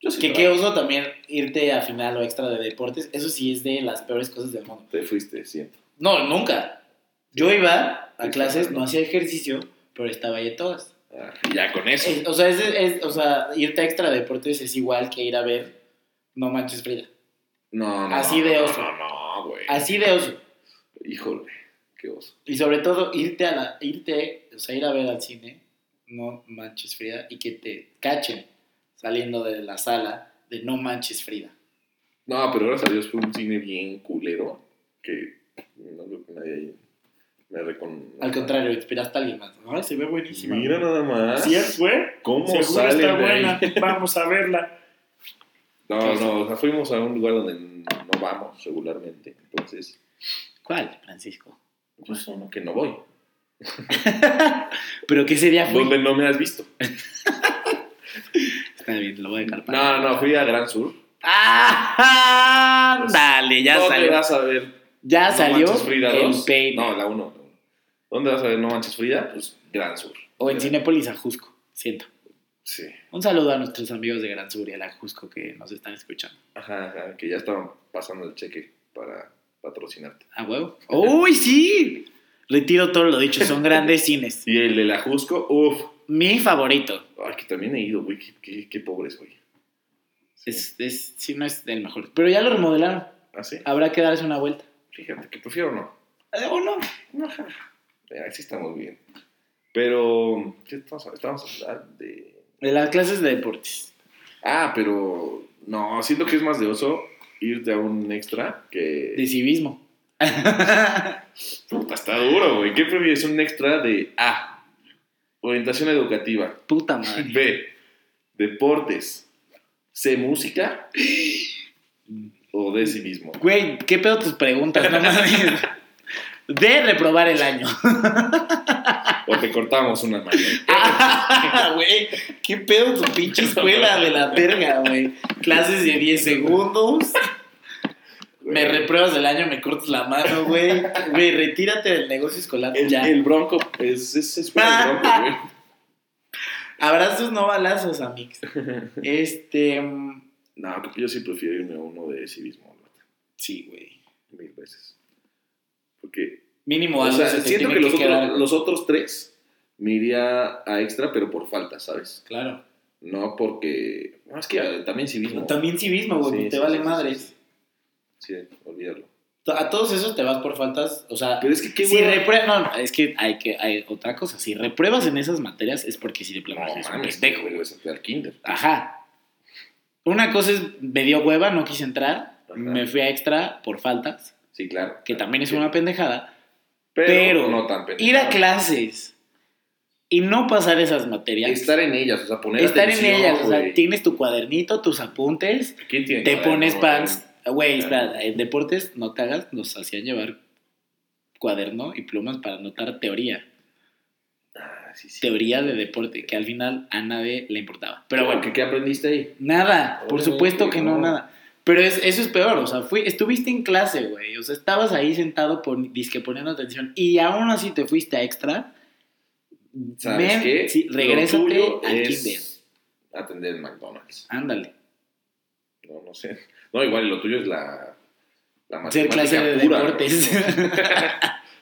B: Yo sí
A: que
B: estaba-
A: qué oso también irte a final o extra de deportes, eso sí es de las peores cosas del mundo.
B: Te fuiste, siento.
A: No, nunca. Yo iba a
B: Sí,
A: clases,
B: claro.
A: no hacía ejercicio, pero estaba ahí en todas.
B: Ah, y ya con eso.
A: Es- o, sea, es, es- o sea, irte a extra de deportes es igual que ir a ver No Manches Frida.
B: No, no.
A: Así de
B: no,
A: oso.
B: No, no, güey.
A: Así de oso.
B: Híjole, qué oso.
A: Y sobre todo, irte a la, irte, o sea, ir a ver al cine, no manches Frida, y que te cachen saliendo de la sala de no manches Frida.
B: No, pero gracias a Dios fue un cine bien culero que no creo que nadie Me recon... Pues
A: Al contrario, inspiraste a alguien más. Ay, se ve buenísima.
B: Mira nada más.
C: Si es, güey,
B: ¿Cómo
C: seguro
B: sale
C: está
B: de ahí?
C: buena. Vamos a verla.
B: No, no, o sea, fuimos a un lugar donde no vamos regularmente. Entonces,
A: ¿Cuál, Francisco?
B: pues uno que no voy.
A: ¿Pero qué sería? fue?
B: Donde no me has visto.
A: Está bien, lo voy a carpar.
B: No, no, fui a Gran Sur.
A: ¡Ah! Dale, ya
B: ¿Dónde
A: salió.
B: vas a ver
A: Ya
B: No
A: salió
B: Manches Frida
A: en
B: 2?
A: Pain.
B: No, la 1. ¿Dónde vas a ver No Manches Frida? Pues Gran Sur.
A: O en Cinépolis Ajusco, siento.
B: Sí.
A: Un saludo a nuestros amigos de Gran Sur y al Ajusco que nos están escuchando.
B: Ajá, ajá, que ya estaban pasando el cheque para patrocinarte.
A: ¿A huevo? ¡Uy, sí! Retiro todo lo dicho, son grandes cines.
B: Y el del Ajusco, uff.
A: Mi favorito.
B: Ay, que también he ido, güey. Qué, qué, qué pobre soy. Sí.
A: Es, es, sí, no es el mejor. Pero ya lo remodelaron.
B: ¿Ah, sí?
A: Habrá que darles una vuelta.
B: Fíjate, que prefiero no.
A: Eh, ¿O no?
B: Ajá. Eh, Así estamos bien. Pero, ¿qué estamos, estamos hablando de...?
A: De las clases de deportes.
B: Ah, pero, no, siento que es más de oso irte a un extra
A: De
B: que...
A: civismo.
B: Puta, está duro, güey. ¿Qué prefieres? Un extra de A, orientación educativa.
A: Puta madre.
B: B, deportes. C, música. O D, sí mismo.
A: Güey, ¿qué pedo tus preguntas? No mames. De reprobar el año.
B: O te cortamos una mano.
A: Ah, güey, qué pedo tu pinche escuela de la verga, güey. Clases de 10 segundos. Me repruebas el año, me cortas la mano, güey. Güey, retírate del negocio escolar
B: El,
A: ya. Ah.
B: el bronco es, es, es bueno el bronco, güey.
A: Abrazos no balazos, amigos. Este, mm,
B: No, creo que yo sí prefiero irme a uno de civismo, güey,
A: sí, güey.
B: mil veces. Porque,
A: Mínimo
B: o
A: algo
B: sea,
A: se te
B: siento
A: tiene
B: que, los,
A: que quedar.
B: otros, los otros tres me iría a extra, pero por falta, ¿sabes?
A: Claro.
B: No porque... No, es que eh, también civismo.
A: También civismo, güey,
B: Sí,
A: te
B: sí,
A: vale
B: sí, sí,
A: madres.
B: Sí, Sí, olvídalo.
A: A todos esos te vas por faltas, o sea,
B: Pero es que qué
A: si
B: hueva.
A: repruebas, no, no, es que hay que hay otra cosa, si repruebas en esas materias es porque si de plano
B: No,
A: eres un
B: mames,
A: pendejo.
B: regresate al kinder.
A: Ajá. Una cosa es, me dio hueva, no quise entrar,
B: Ajá.
A: me fui a extra por faltas,
B: Sí, claro.
A: que también es
B: Sí.
A: una pendejada.
B: Pero,
A: pero
B: no tan pendejo.
A: Ir a clases y no pasar esas materias.
B: Estar en ellas, o sea, poner
A: estar
B: atención,
A: en ellas, o sea,
B: güey.
A: tienes tu cuadernito, tus apuntes,
B: ¿Quién tiene
A: te
B: cuaderno,
A: pones
B: güey?
A: pants. Güey,
B: Claro.
A: espera, en deportes, no te hagas, nos hacían llevar cuaderno y plumas para anotar teoría.
B: Ah, sí, sí.
A: Teoría de deporte, que al final a nadie le importaba. Pero
B: Pero
A: bueno,
B: bueno, ¿qué, qué aprendiste ahí?
A: nada, por
B: Oye,
A: supuesto que
B: Ah,
A: no,
B: no.
A: nada. Pero es, eso es peor, o sea, fui, estuviste en clase, güey. O sea, estabas ahí sentado, pon- disque poniendo atención, y aún así te fuiste a extra.
B: ¿Sabes
A: Ven,
B: qué?
A: Sí,
B: Lo
A: regrésate
B: tuyo
A: al
B: es
A: kinder.
B: Atender el McDonald's.
A: Ándale.
B: No, no sé. No, igual lo tuyo es la. la
A: Ser
B: matemática
A: clase de
B: pura,
A: deportes.
B: ¿no?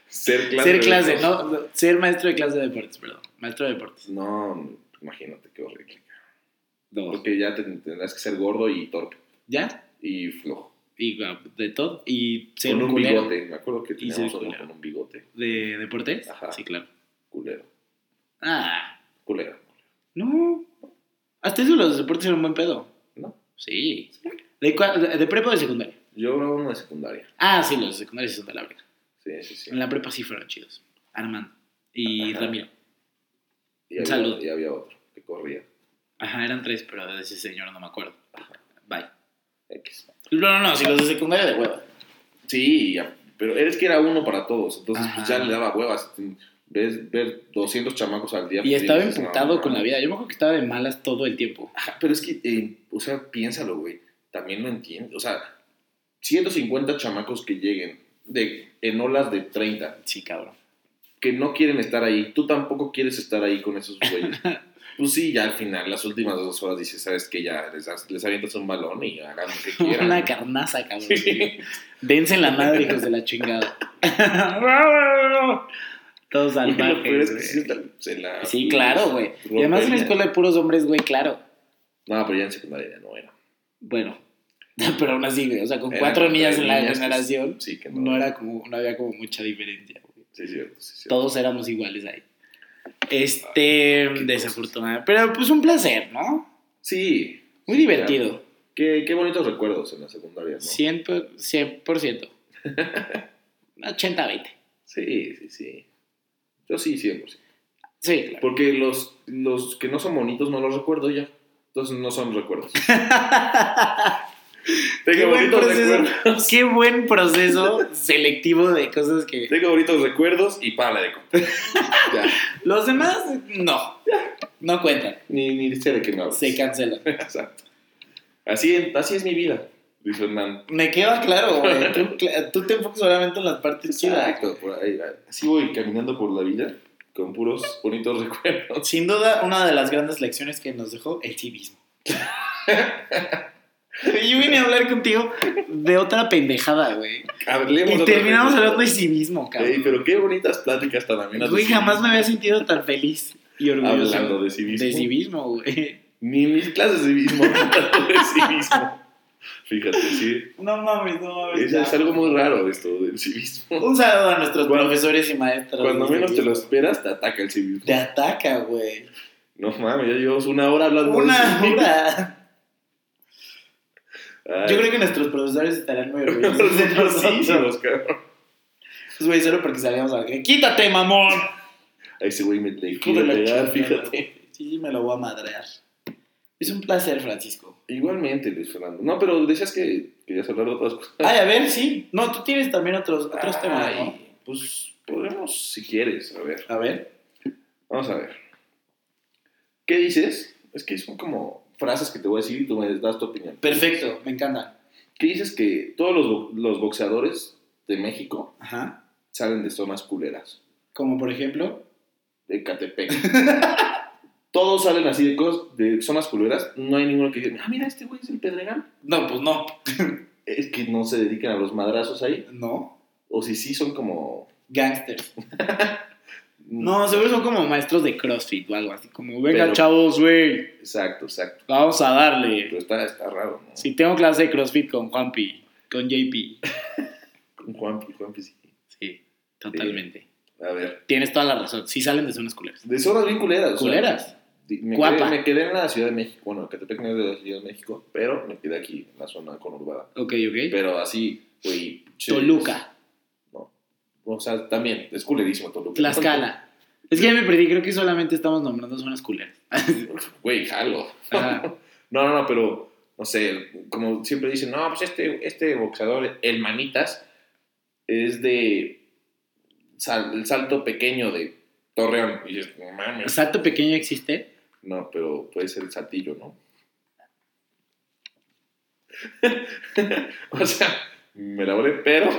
B: Ser clase. de
A: ser clase,
B: deportes.
A: no, no, ser maestro de clase de deportes, perdón. Maestro de deportes.
B: No, imagínate qué horrible.
A: No.
B: Porque ya te- tendrás que ser gordo y torpe.
A: ¿Ya?
B: Y flojo.
A: Y ah, de todo. Y ser
B: con un
A: culero.
B: bigote. Me acuerdo que
A: Y ser
B: teníamos uno
A: culero.
B: con un bigote.
A: ¿De deportes?
B: Ajá.
A: Sí, claro.
B: Culero.
A: Ah,
B: Culero.
A: no. Hasta eso los deportes eran un buen pedo.
B: ¿No?
A: Sí. ¿De, cua- de, de prepa o de secundaria?
B: Yo era uno de secundaria.
A: Ah, sí, los de secundaria sí son de la verga.
B: Sí, sí, sí.
A: En la prepa sí fueron chidos. Armando y
B: Ajá.
A: Ramiro.
B: Y había,
A: Salud.
B: y había otro que corría.
A: Ajá, eran tres, pero de ese señor no me acuerdo. Bye.
B: X.
A: No, no, no, sí, los de secundaria de Ah, hueva.
B: Sí, ya, pero es que era uno para todos, entonces
A: Ajá.
B: pues, ya le daba huevas. Ves, ver 200 chamacos al día.
A: Y
B: pues,
A: estaba
B: dices, no,
A: emputado
B: no,
A: con
B: no.
A: la vida. Yo me acuerdo que estaba de malas todo el tiempo.
B: Ajá, pero es que, eh, o sea, piénsalo, güey. También lo entiendo. O sea, 150 chamacos que lleguen de, en olas de 30,
A: Sí, cabrón.
B: que no quieren estar ahí. Tú tampoco quieres estar ahí con esos güeyes. pues sí, ya al final, las últimas dos horas dices, ¿sabes que Ya les, das- les avientas un balón y hagan lo que quieran.
A: Una
B: ¿no?
A: carnaza, cabrón.
B: Sí.
A: Dense en la madre, hijos de la chingada. Todos
B: Güey, lo peor es
A: salvajes.
B: que sí
A: güey.
B: está- se la-
A: Sí, claro, güey. Y además en una
B: Rompería.
A: escuela de puros hombres, güey, claro.
B: No, pero ya en secundaria ya no era.
A: Bueno, pero aún así, güey. O sea, con
B: Eran
A: cuatro
B: como
A: niñas
B: tres
A: en la
B: niñas que-
A: generación,
B: Sí, que no.
A: no era como, no había como mucha diferencia, güey.
B: Sí, cierto, sí, cierto.
A: Todos éramos iguales ahí. Este, desafortunado. Pero pues un placer, ¿no?
B: Sí.
A: Muy
B: Sí,
A: divertido.
B: claro. Qué, qué bonitos recuerdos en la secundacia, ¿no?
A: 100%. 100%. 80-20.
B: Sí, sí, sí. Yo sí, 100%.
A: Sí, claro.
B: Porque los, los que no son bonitos no los recuerdo ya. Entonces no son recuerdos.
A: Qué
B: Tengo
A: buen
B: bonitos
A: proceso.
B: recuerdos.
A: Qué buen proceso selectivo de cosas que...
B: Tengo bonitos recuerdos y para de contar. ya.
A: Los demás, no. No cuentan.
B: Ni, ni sé de qué me hablas.
A: Se cancelan.
B: Exacto. Así, así es mi vida, dice Hernán.
A: Me queda claro, güey. Tú, cla- tú te enfocas solamente en las partes chidas.
B: Exacto, por ahí. Así voy caminando por la vida con puros bonitos recuerdos.
A: Sin duda, una de las grandes lecciones que nos dejó el civismo. Yo vine a hablar contigo de otra pendejada, güey.
B: Hablemos
A: Y
B: otra
A: terminamos
B: vez.
A: hablando de civismo,
B: Ey,
A: cabrón.
B: pero qué bonitas pláticas tan amenas. de
A: Güey, jamás
B: civismo.
A: me había sentido tan feliz y orgulloso
B: Hablando de civismo.
A: de civismo, güey.
B: Ni mis clases de civismo. han hablado de civismo. Fíjate, sí.
A: No mames, no mames.
B: Es,
A: ya.
B: es algo muy raro esto del civismo.
A: Un saludo a nuestros
B: Cuando-
A: profesores y maestros.
B: Cuando
A: de
B: menos te
A: civismo.
B: lo esperas, te ataca el civismo.
A: Te ataca, güey.
B: No mames, ya llevamos una hora hablando de
A: Una
B: civismo.
A: hora.
B: Ay,
A: Yo creo que nuestros profesores estarán muy orgullosos de nosotros.
B: Orgullosísimos, cabrón.
A: Pues, güey, solo porque salíamos a la calle. ¡Quítate, mamón!
B: A ese güey me le
A: Hijo de
B: quiere
A: la
B: pegar,
A: chingada.
B: fíjate.
A: Sí, sí, me lo voy a madrear. Es un placer, Francisco.
B: Igualmente, Luis Fernando. No, pero decías que querías hablar de otras cosas.
A: Ay, a ver, sí. No, tú tienes también otros, otros temas, ¿no?
B: Ay, Pues podemos, si quieres, a ver.
A: A ver.
B: Vamos a ver. ¿Qué dices? Es que son como frases que te voy a decir y tú me das tu opinión.
A: Perfecto, me encanta.
B: ¿Qué dices que todos los, bo- los boxeadores de México
A: Ajá.
B: salen de zonas culeras?
A: Como por ejemplo.
B: de Catepec. Todos salen así de cosas, de zonas culeras. No hay ninguno que diga, ah, mira, este güey es el Pedregal.
A: No, pues no.
B: Es que no se dedican a los madrazos ahí.
A: No.
B: O si sí son como.
A: Gangsters. No, seguro son como maestros de CrossFit o algo así. Como, venga,
B: Pero-
A: chavos, güey.
B: Exacto, exacto.
A: Vamos a darle.
B: Pero está, está raro, ¿no?
A: Si tengo clase de CrossFit con Juanpi, con JP.
B: Con Juanpi, Juanpi sí.
A: Sí, totalmente.
B: A ver.
A: Tienes toda la razón. Sí salen de zonas culeras.
B: De zonas bien culeras. o sea,
A: Culeras.
B: di- me,
A: Cuapa.
B: quedé, me quedé en la Ciudad de México. Bueno, Catepec no es de la Ciudad de México, pero me quedé aquí, en la zona conurbada.
A: Ok, ok.
B: Pero así, güey. pinches-
A: Toluca,
B: O sea, también, es culerísimo Toluca.
A: Tlaxcala. Es que ya me perdí, creo que solamente estamos nombrando zonas culeras.
B: Güey, jalo.
A: Ajá.
B: No, no, no, pero, no sé, como siempre dicen, no, pues este, este boxeador, el Manitas, es de sal- el salto pequeño de Torreón. Y dices, no mames.
A: Salto pequeño existe.
B: No, pero puede ser el saltillo, ¿no? o sea, me la volé, pero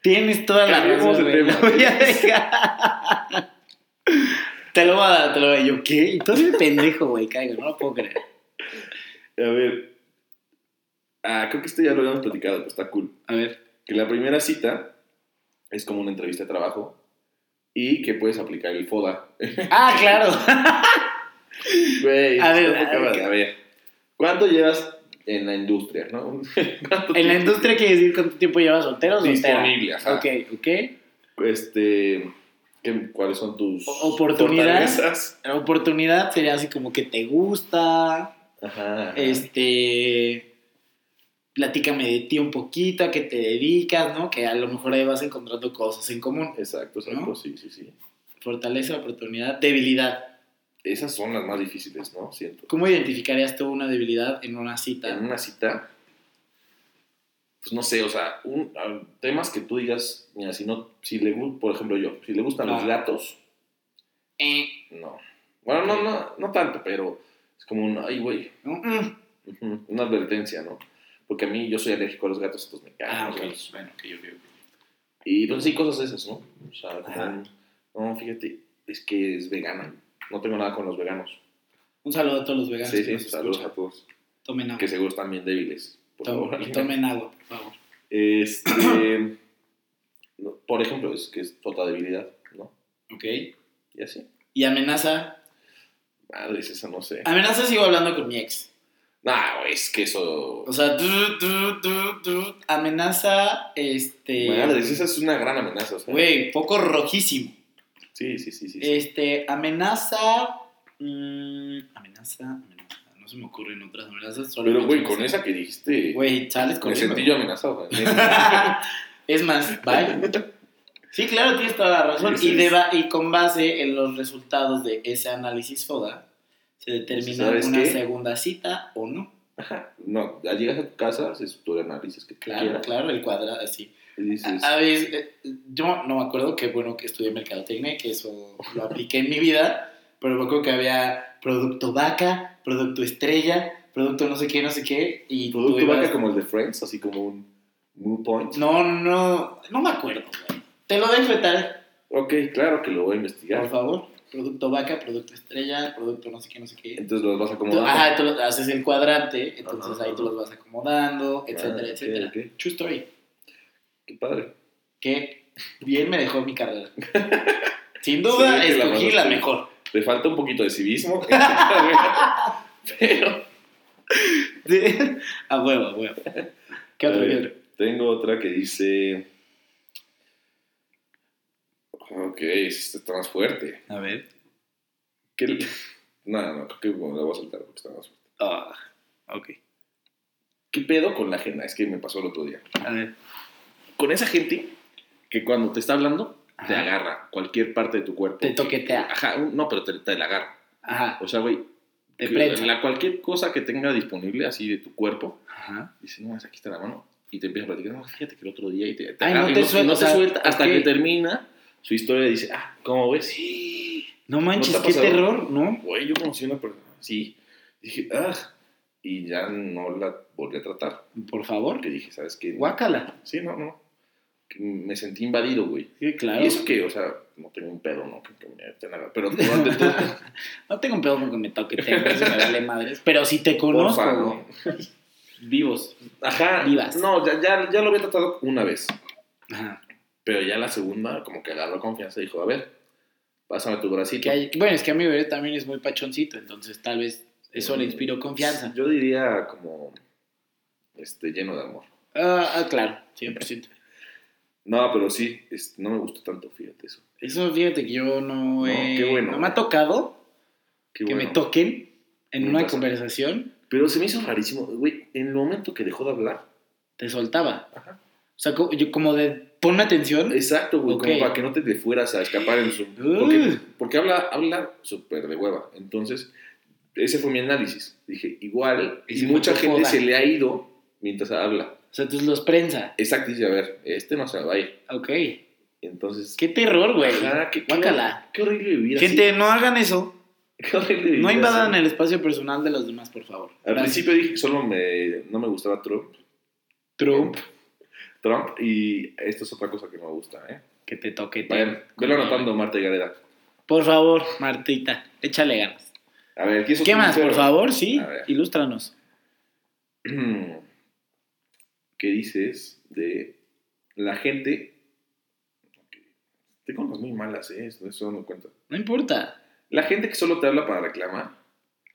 A: Tienes toda la
B: Cambiemos
A: razón.
B: de
A: güey.
B: tema.
A: Lo voy a dejar. Te lo voy a dar, te lo voy a dar. Yo, ¿qué? Y tú eres pendejo, güey, caigo, no lo puedo creer.
B: a ver. Ah, creo que esto ya lo habíamos platicado, pero está cool.
A: A ver,
B: que la primera cita es como una entrevista de trabajo y que puedes aplicar el FODA.
A: ah, claro.
B: Güey,
A: A ver,
B: está
A: a
B: poca
A: ver,
B: madre.
A: ¿qué?
B: a ver, ¿cuánto llevas en la industria? ¿no? ¿Cuánto
A: En la
B: tiempo
A: industria quiere decir cuánto tiempo llevas soltero o soltera.
B: disponible? Ajá.
A: Ok, ok.
B: Este, ¿qué- ¿Cuáles son tus
A: O- oportunidades.
B: fortalezas?
A: La oportunidad sería así como que te gusta,
B: Ajá.
A: Este. Platícame de ti un poquito, a qué te dedicas, ¿no? Que a lo mejor ahí vas encontrando cosas en común.
B: Exacto, exacto,
A: ¿no?
B: sí, sí, sí.
A: Fortaleza, oportunidad, debilidad.
B: Esas son las más difíciles, ¿no? Siento.
A: ¿Cómo identificarías tú una debilidad en una
B: en
A: cita?
B: una cita, pues no sé, o sea, un- a- temas que tú digas, mira, si no, si le gustan, por ejemplo yo, si le gustan los
A: Ah.
B: gatos,
A: Eh,
B: no. Bueno, no, no, no tanto, pero es como un, ay, güey,
A: mm, mm.
B: ujú, una advertencia, ¿no? Porque a mí yo soy alérgico a los gatos, entonces me cagan
A: Ah,
B: los
A: ok.
B: gatos.
A: Bueno, ok, ok, ok.
B: Y pues sí, cosas esas, ¿no? O sea, como
A: Ajá.
B: un, no, fíjate, es que es vegana, no tengo nada con los veganos.
A: Un saludo a todos los veganos
B: Sí,
A: que
B: sí,
A: nos
B: saludos
A: escuchan.
B: a todos,
A: Tomen agua.
B: que seguro están bien débiles. Por
A: Tom-
B: favor,
A: tomen agua, por favor.
B: Este, no, por ejemplo, es que es otra debilidad, ¿no?
A: Ok.
B: Y así.
A: Y amenaza.
B: Madres, esa no sé.
A: Amenaza sigo hablando con mi ex.
B: No, es que eso.
A: O sea, du- du- du- du- amenaza, este.
B: Madres, esa es una gran amenaza. o sea.
A: Güey, poco rojísimo.
B: Sí, sí, sí, sí. sí.
A: Este, amenaza. mm, amenaza, amenaza. No se me ocurren otras amenazas. solo
B: Pero, güey,
A: amenaza.
B: con esa que dijiste,
A: Güey, sales
B: me
A: corriendo.
B: sentí yo amenazado. güey.
A: es más, bye. Sí, claro, tienes toda la razón.
B: Sí,
A: Y,
B: sí.
A: de ba- y con base en los resultados de ese análisis FODA, se determina
B: ¿Sabes
A: una
B: qué?
A: segunda cita o no.
B: No, al llegas a tu casa, haces tu análisis que tú
A: Claro,
B: quieras.
A: claro, el cuadrado, así.
B: Y dices,
A: A, a ver, eh, yo no me acuerdo que bueno que estudié mercadotecnia, que eso lo apliqué en mi vida, pero me acuerdo que había producto vaca, producto estrella, producto no sé qué, no sé qué, y tú
B: producto
A: ibas-
B: vaca como el de Friends, así como un mood point.
A: No, no, no me acuerdo. güey. Te lo dejo de tal,
B: Ok, claro que lo voy a investigar.
A: por favor. Producto vaca, producto estrella, producto no sé qué, no sé qué.
B: Entonces los vas
A: Tú-
B: acomodando.
A: ajá, tú lo- haces el cuadrante, entonces
B: Ajá. Ah,
A: ahí tú los vas acomodando, etcétera,
B: ok,
A: etcétera.
B: ok.
A: True story.
B: Qué padre.
A: Que bien me dejó mi carrera. Sin duda,
B: Sí, que la
A: escogí la
B: mandaste.
A: mejor.
B: Le falta un poquito de civismo. Pero
A: Sí. A huevo, a huevo. ¿Qué
B: A
A: otro
B: ver,
A: libro?
B: Tengo otra que dice. Ok, esta está más fuerte.
A: A ver.
B: Que... No, no, creo que bueno, la voy a saltar porque está más fuerte.
A: Ah, ok.
B: ¿Qué pedo con la agenda? Es que me pasó el otro día.
A: A ver.
B: Con esa gente que cuando te está hablando, te
A: Ajá.
B: agarra cualquier parte de tu cuerpo.
A: Te toquetea.
B: Ajá, un- no, pero te, te la agarra.
A: Ajá.
B: O sea, güey,
A: Te
B: que
A: prensa.
B: la cualquier cosa que tenga disponible así de tu cuerpo,
A: Ajá.
B: dice, no, es aquí está la mano. Y te empieza a platicar, no, fíjate que el otro día y te, te
A: Ay,
B: agarra
A: no
B: y
A: te
B: y
A: suelta,
B: no
A: o sea,
B: suelta hasta
A: ok.
B: que termina su historia y dice, ah, ¿cómo ves? Sí.
A: No manches,
B: ¿No te ha
A: qué
B: pasado?
A: terror, ¿no?
B: Güey, yo conocí a una persona así. Dije, ah, y ya no la volví a tratar.
A: Por favor.
B: Porque dije, ¿sabes qué?
A: Guácala.
B: Sí, no, no. Que Me sentí invadido, güey.
A: Sí, claro.
B: Y eso que, o sea, no tengo un pedo, no, que, que me esté nada. Pero tú, ante todo,
A: No tengo un pedo con que me toqueteen, eso me vale madres. Pero si te conozco,
B: porfa,
A: güey.
B: ¿no?
A: Vivos.
B: Ajá.
A: Vivas.
B: No, ya, ya, ya lo había tratado una vez.
A: Ajá.
B: Pero ya la segunda, como que agarró confianza y dijo, a ver, pásame tu bracito.
A: Que hay- Bueno, es que a mi bebé también es muy pachoncito, entonces tal vez eso le inspiró confianza.
B: Yo diría como este, lleno de amor.
A: Ah, ah, claro, 100%.
B: No, pero sí, es- no me gustó tanto, fíjate eso.
A: Eso fíjate que yo no,
B: No,
A: he-
B: qué bueno.
A: no me ha tocado
B: Qué
A: que
B: bueno.
A: me toquen en
B: Me
A: una
B: pasa.
A: conversación,
B: Pero se me hizo rarísimo, güey, en el momento que dejó de hablar.
A: te soltaba.
B: Ajá.
A: O sea, co- yo como de ponme atención.
B: Exacto, güey,
A: Ok.
B: como para que no te, te fueras a escapar en su...
A: Uh.
B: Porque, porque habla, habla súper de hueva. Entonces, ese fue mi análisis. Dije, igual,
A: Y
B: y,
A: se fue
B: mucha
A: por
B: gente
A: joda.
B: se le ha ido mientras habla.
A: O sea, entonces los prensa.
B: Exacto, dice, a ver, este no se va a ir.
A: Ok.
B: Entonces...
A: Qué terror, güey.
B: Ajá, qué, qué-
A: Guácala.
B: qué horrible vivir
A: Gente,
B: así.
A: no hagan eso.
B: Qué horrible vivir
A: No
B: así.
A: invadan el espacio personal de los demás, por favor.
B: Al
A: Gracias.
B: principio dije que solo me, no me gustaba Trump.
A: Trump,
B: Trump, y esto es otra cosa que me gusta, ¿eh?
A: que te toque.
B: Vayan, velo anotando, Marta y Gareda.
A: Por favor, Martita, échale ganas.
B: A ver, ¿qué,
A: ¿Qué más, por favor? Sí,
B: A ver.
A: ilústranos.
B: ¿Qué dices de la gente? Tengo unas muy malas, ¿eh? Eso no cuenta.
A: No importa.
B: La gente que solo te habla para reclamar.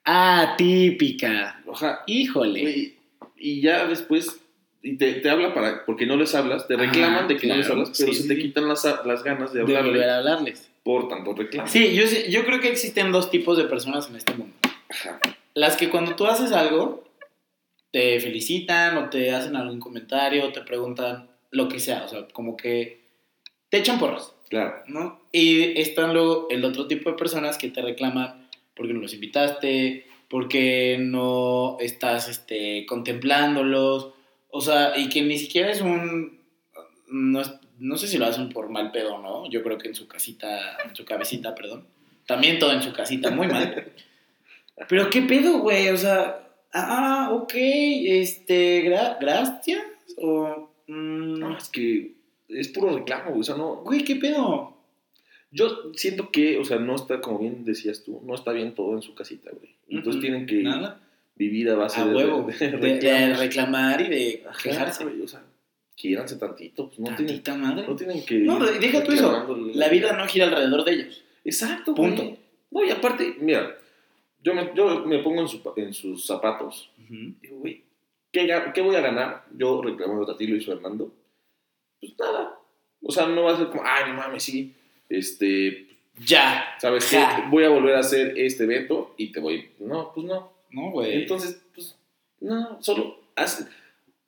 A: Ah, típica.
B: Oja,
A: Híjole.
B: güey, y ya después... Y te, te habla para... Porque no les hablas, te reclaman
A: Ah,
B: de que no les
A: claro,
B: hablas, pero
A: sí,
B: se te
A: sí.
B: quitan las, las ganas de
A: De
B: hablarle
A: volver a hablarles.
B: por tanto reclamo.
A: Sí, yo, sé- yo creo que existen dos tipos de personas en este mundo.
B: Ajá.
A: Las que cuando tú haces algo, te felicitan o te hacen algún comentario, te preguntan lo que sea, o sea, como que te echan porras,
B: Claro.
A: ¿no? Y están luego el otro tipo de personas que te reclaman porque no los invitaste, porque no estás este, contemplándolos, o sea, y que ni siquiera es un... No, es- no sé si lo hacen por mal pedo, ¿no? Yo creo que en su casita, en su cabecita, perdón. También todo en su casita, muy mal. Pero qué pedo, güey, o sea... Ah, ok, este, gra- gracias, o... mm,
B: No, es que es puro reclamo, güey. O sea, no.
A: güey, qué pedo.
B: Yo siento que, o sea, no está, como bien decías tú, no está bien todo en su casita, güey. Entonces
A: Mm-mm,
B: tienen que
A: Mm, Nada.
B: vivir a base
A: A
B: de.
A: huevo,
B: de-
A: de,
B: de
A: de
B: reclamos.
A: reclamar y de
B: Ajá,
A: quejarse. Ah,
B: güey, o sea, quiéranse tantito. pues, no, tienen,
A: Tantita madre.
B: no tienen que.
A: No,
B: ir
A: deja tú eso.
B: reclamándole.
A: La vida no gira alrededor de ellos.
B: Exacto,
A: Punto.
B: güey. No, y aparte, mira, yo me, yo me pongo en, su- en sus zapatos. Digo, güey, ¿qué, ga- qué voy a ganar? Yo reclamando a Tatilo y Fernando. Pues nada. O sea, no va a ser como, ay, no mames, sí. Este,
A: Ya.
B: ¿sabes qué?
A: Ja.
B: Voy a volver a hacer este evento y te voy. No, pues no.
A: No, güey.
B: Entonces, pues, no, solo haz.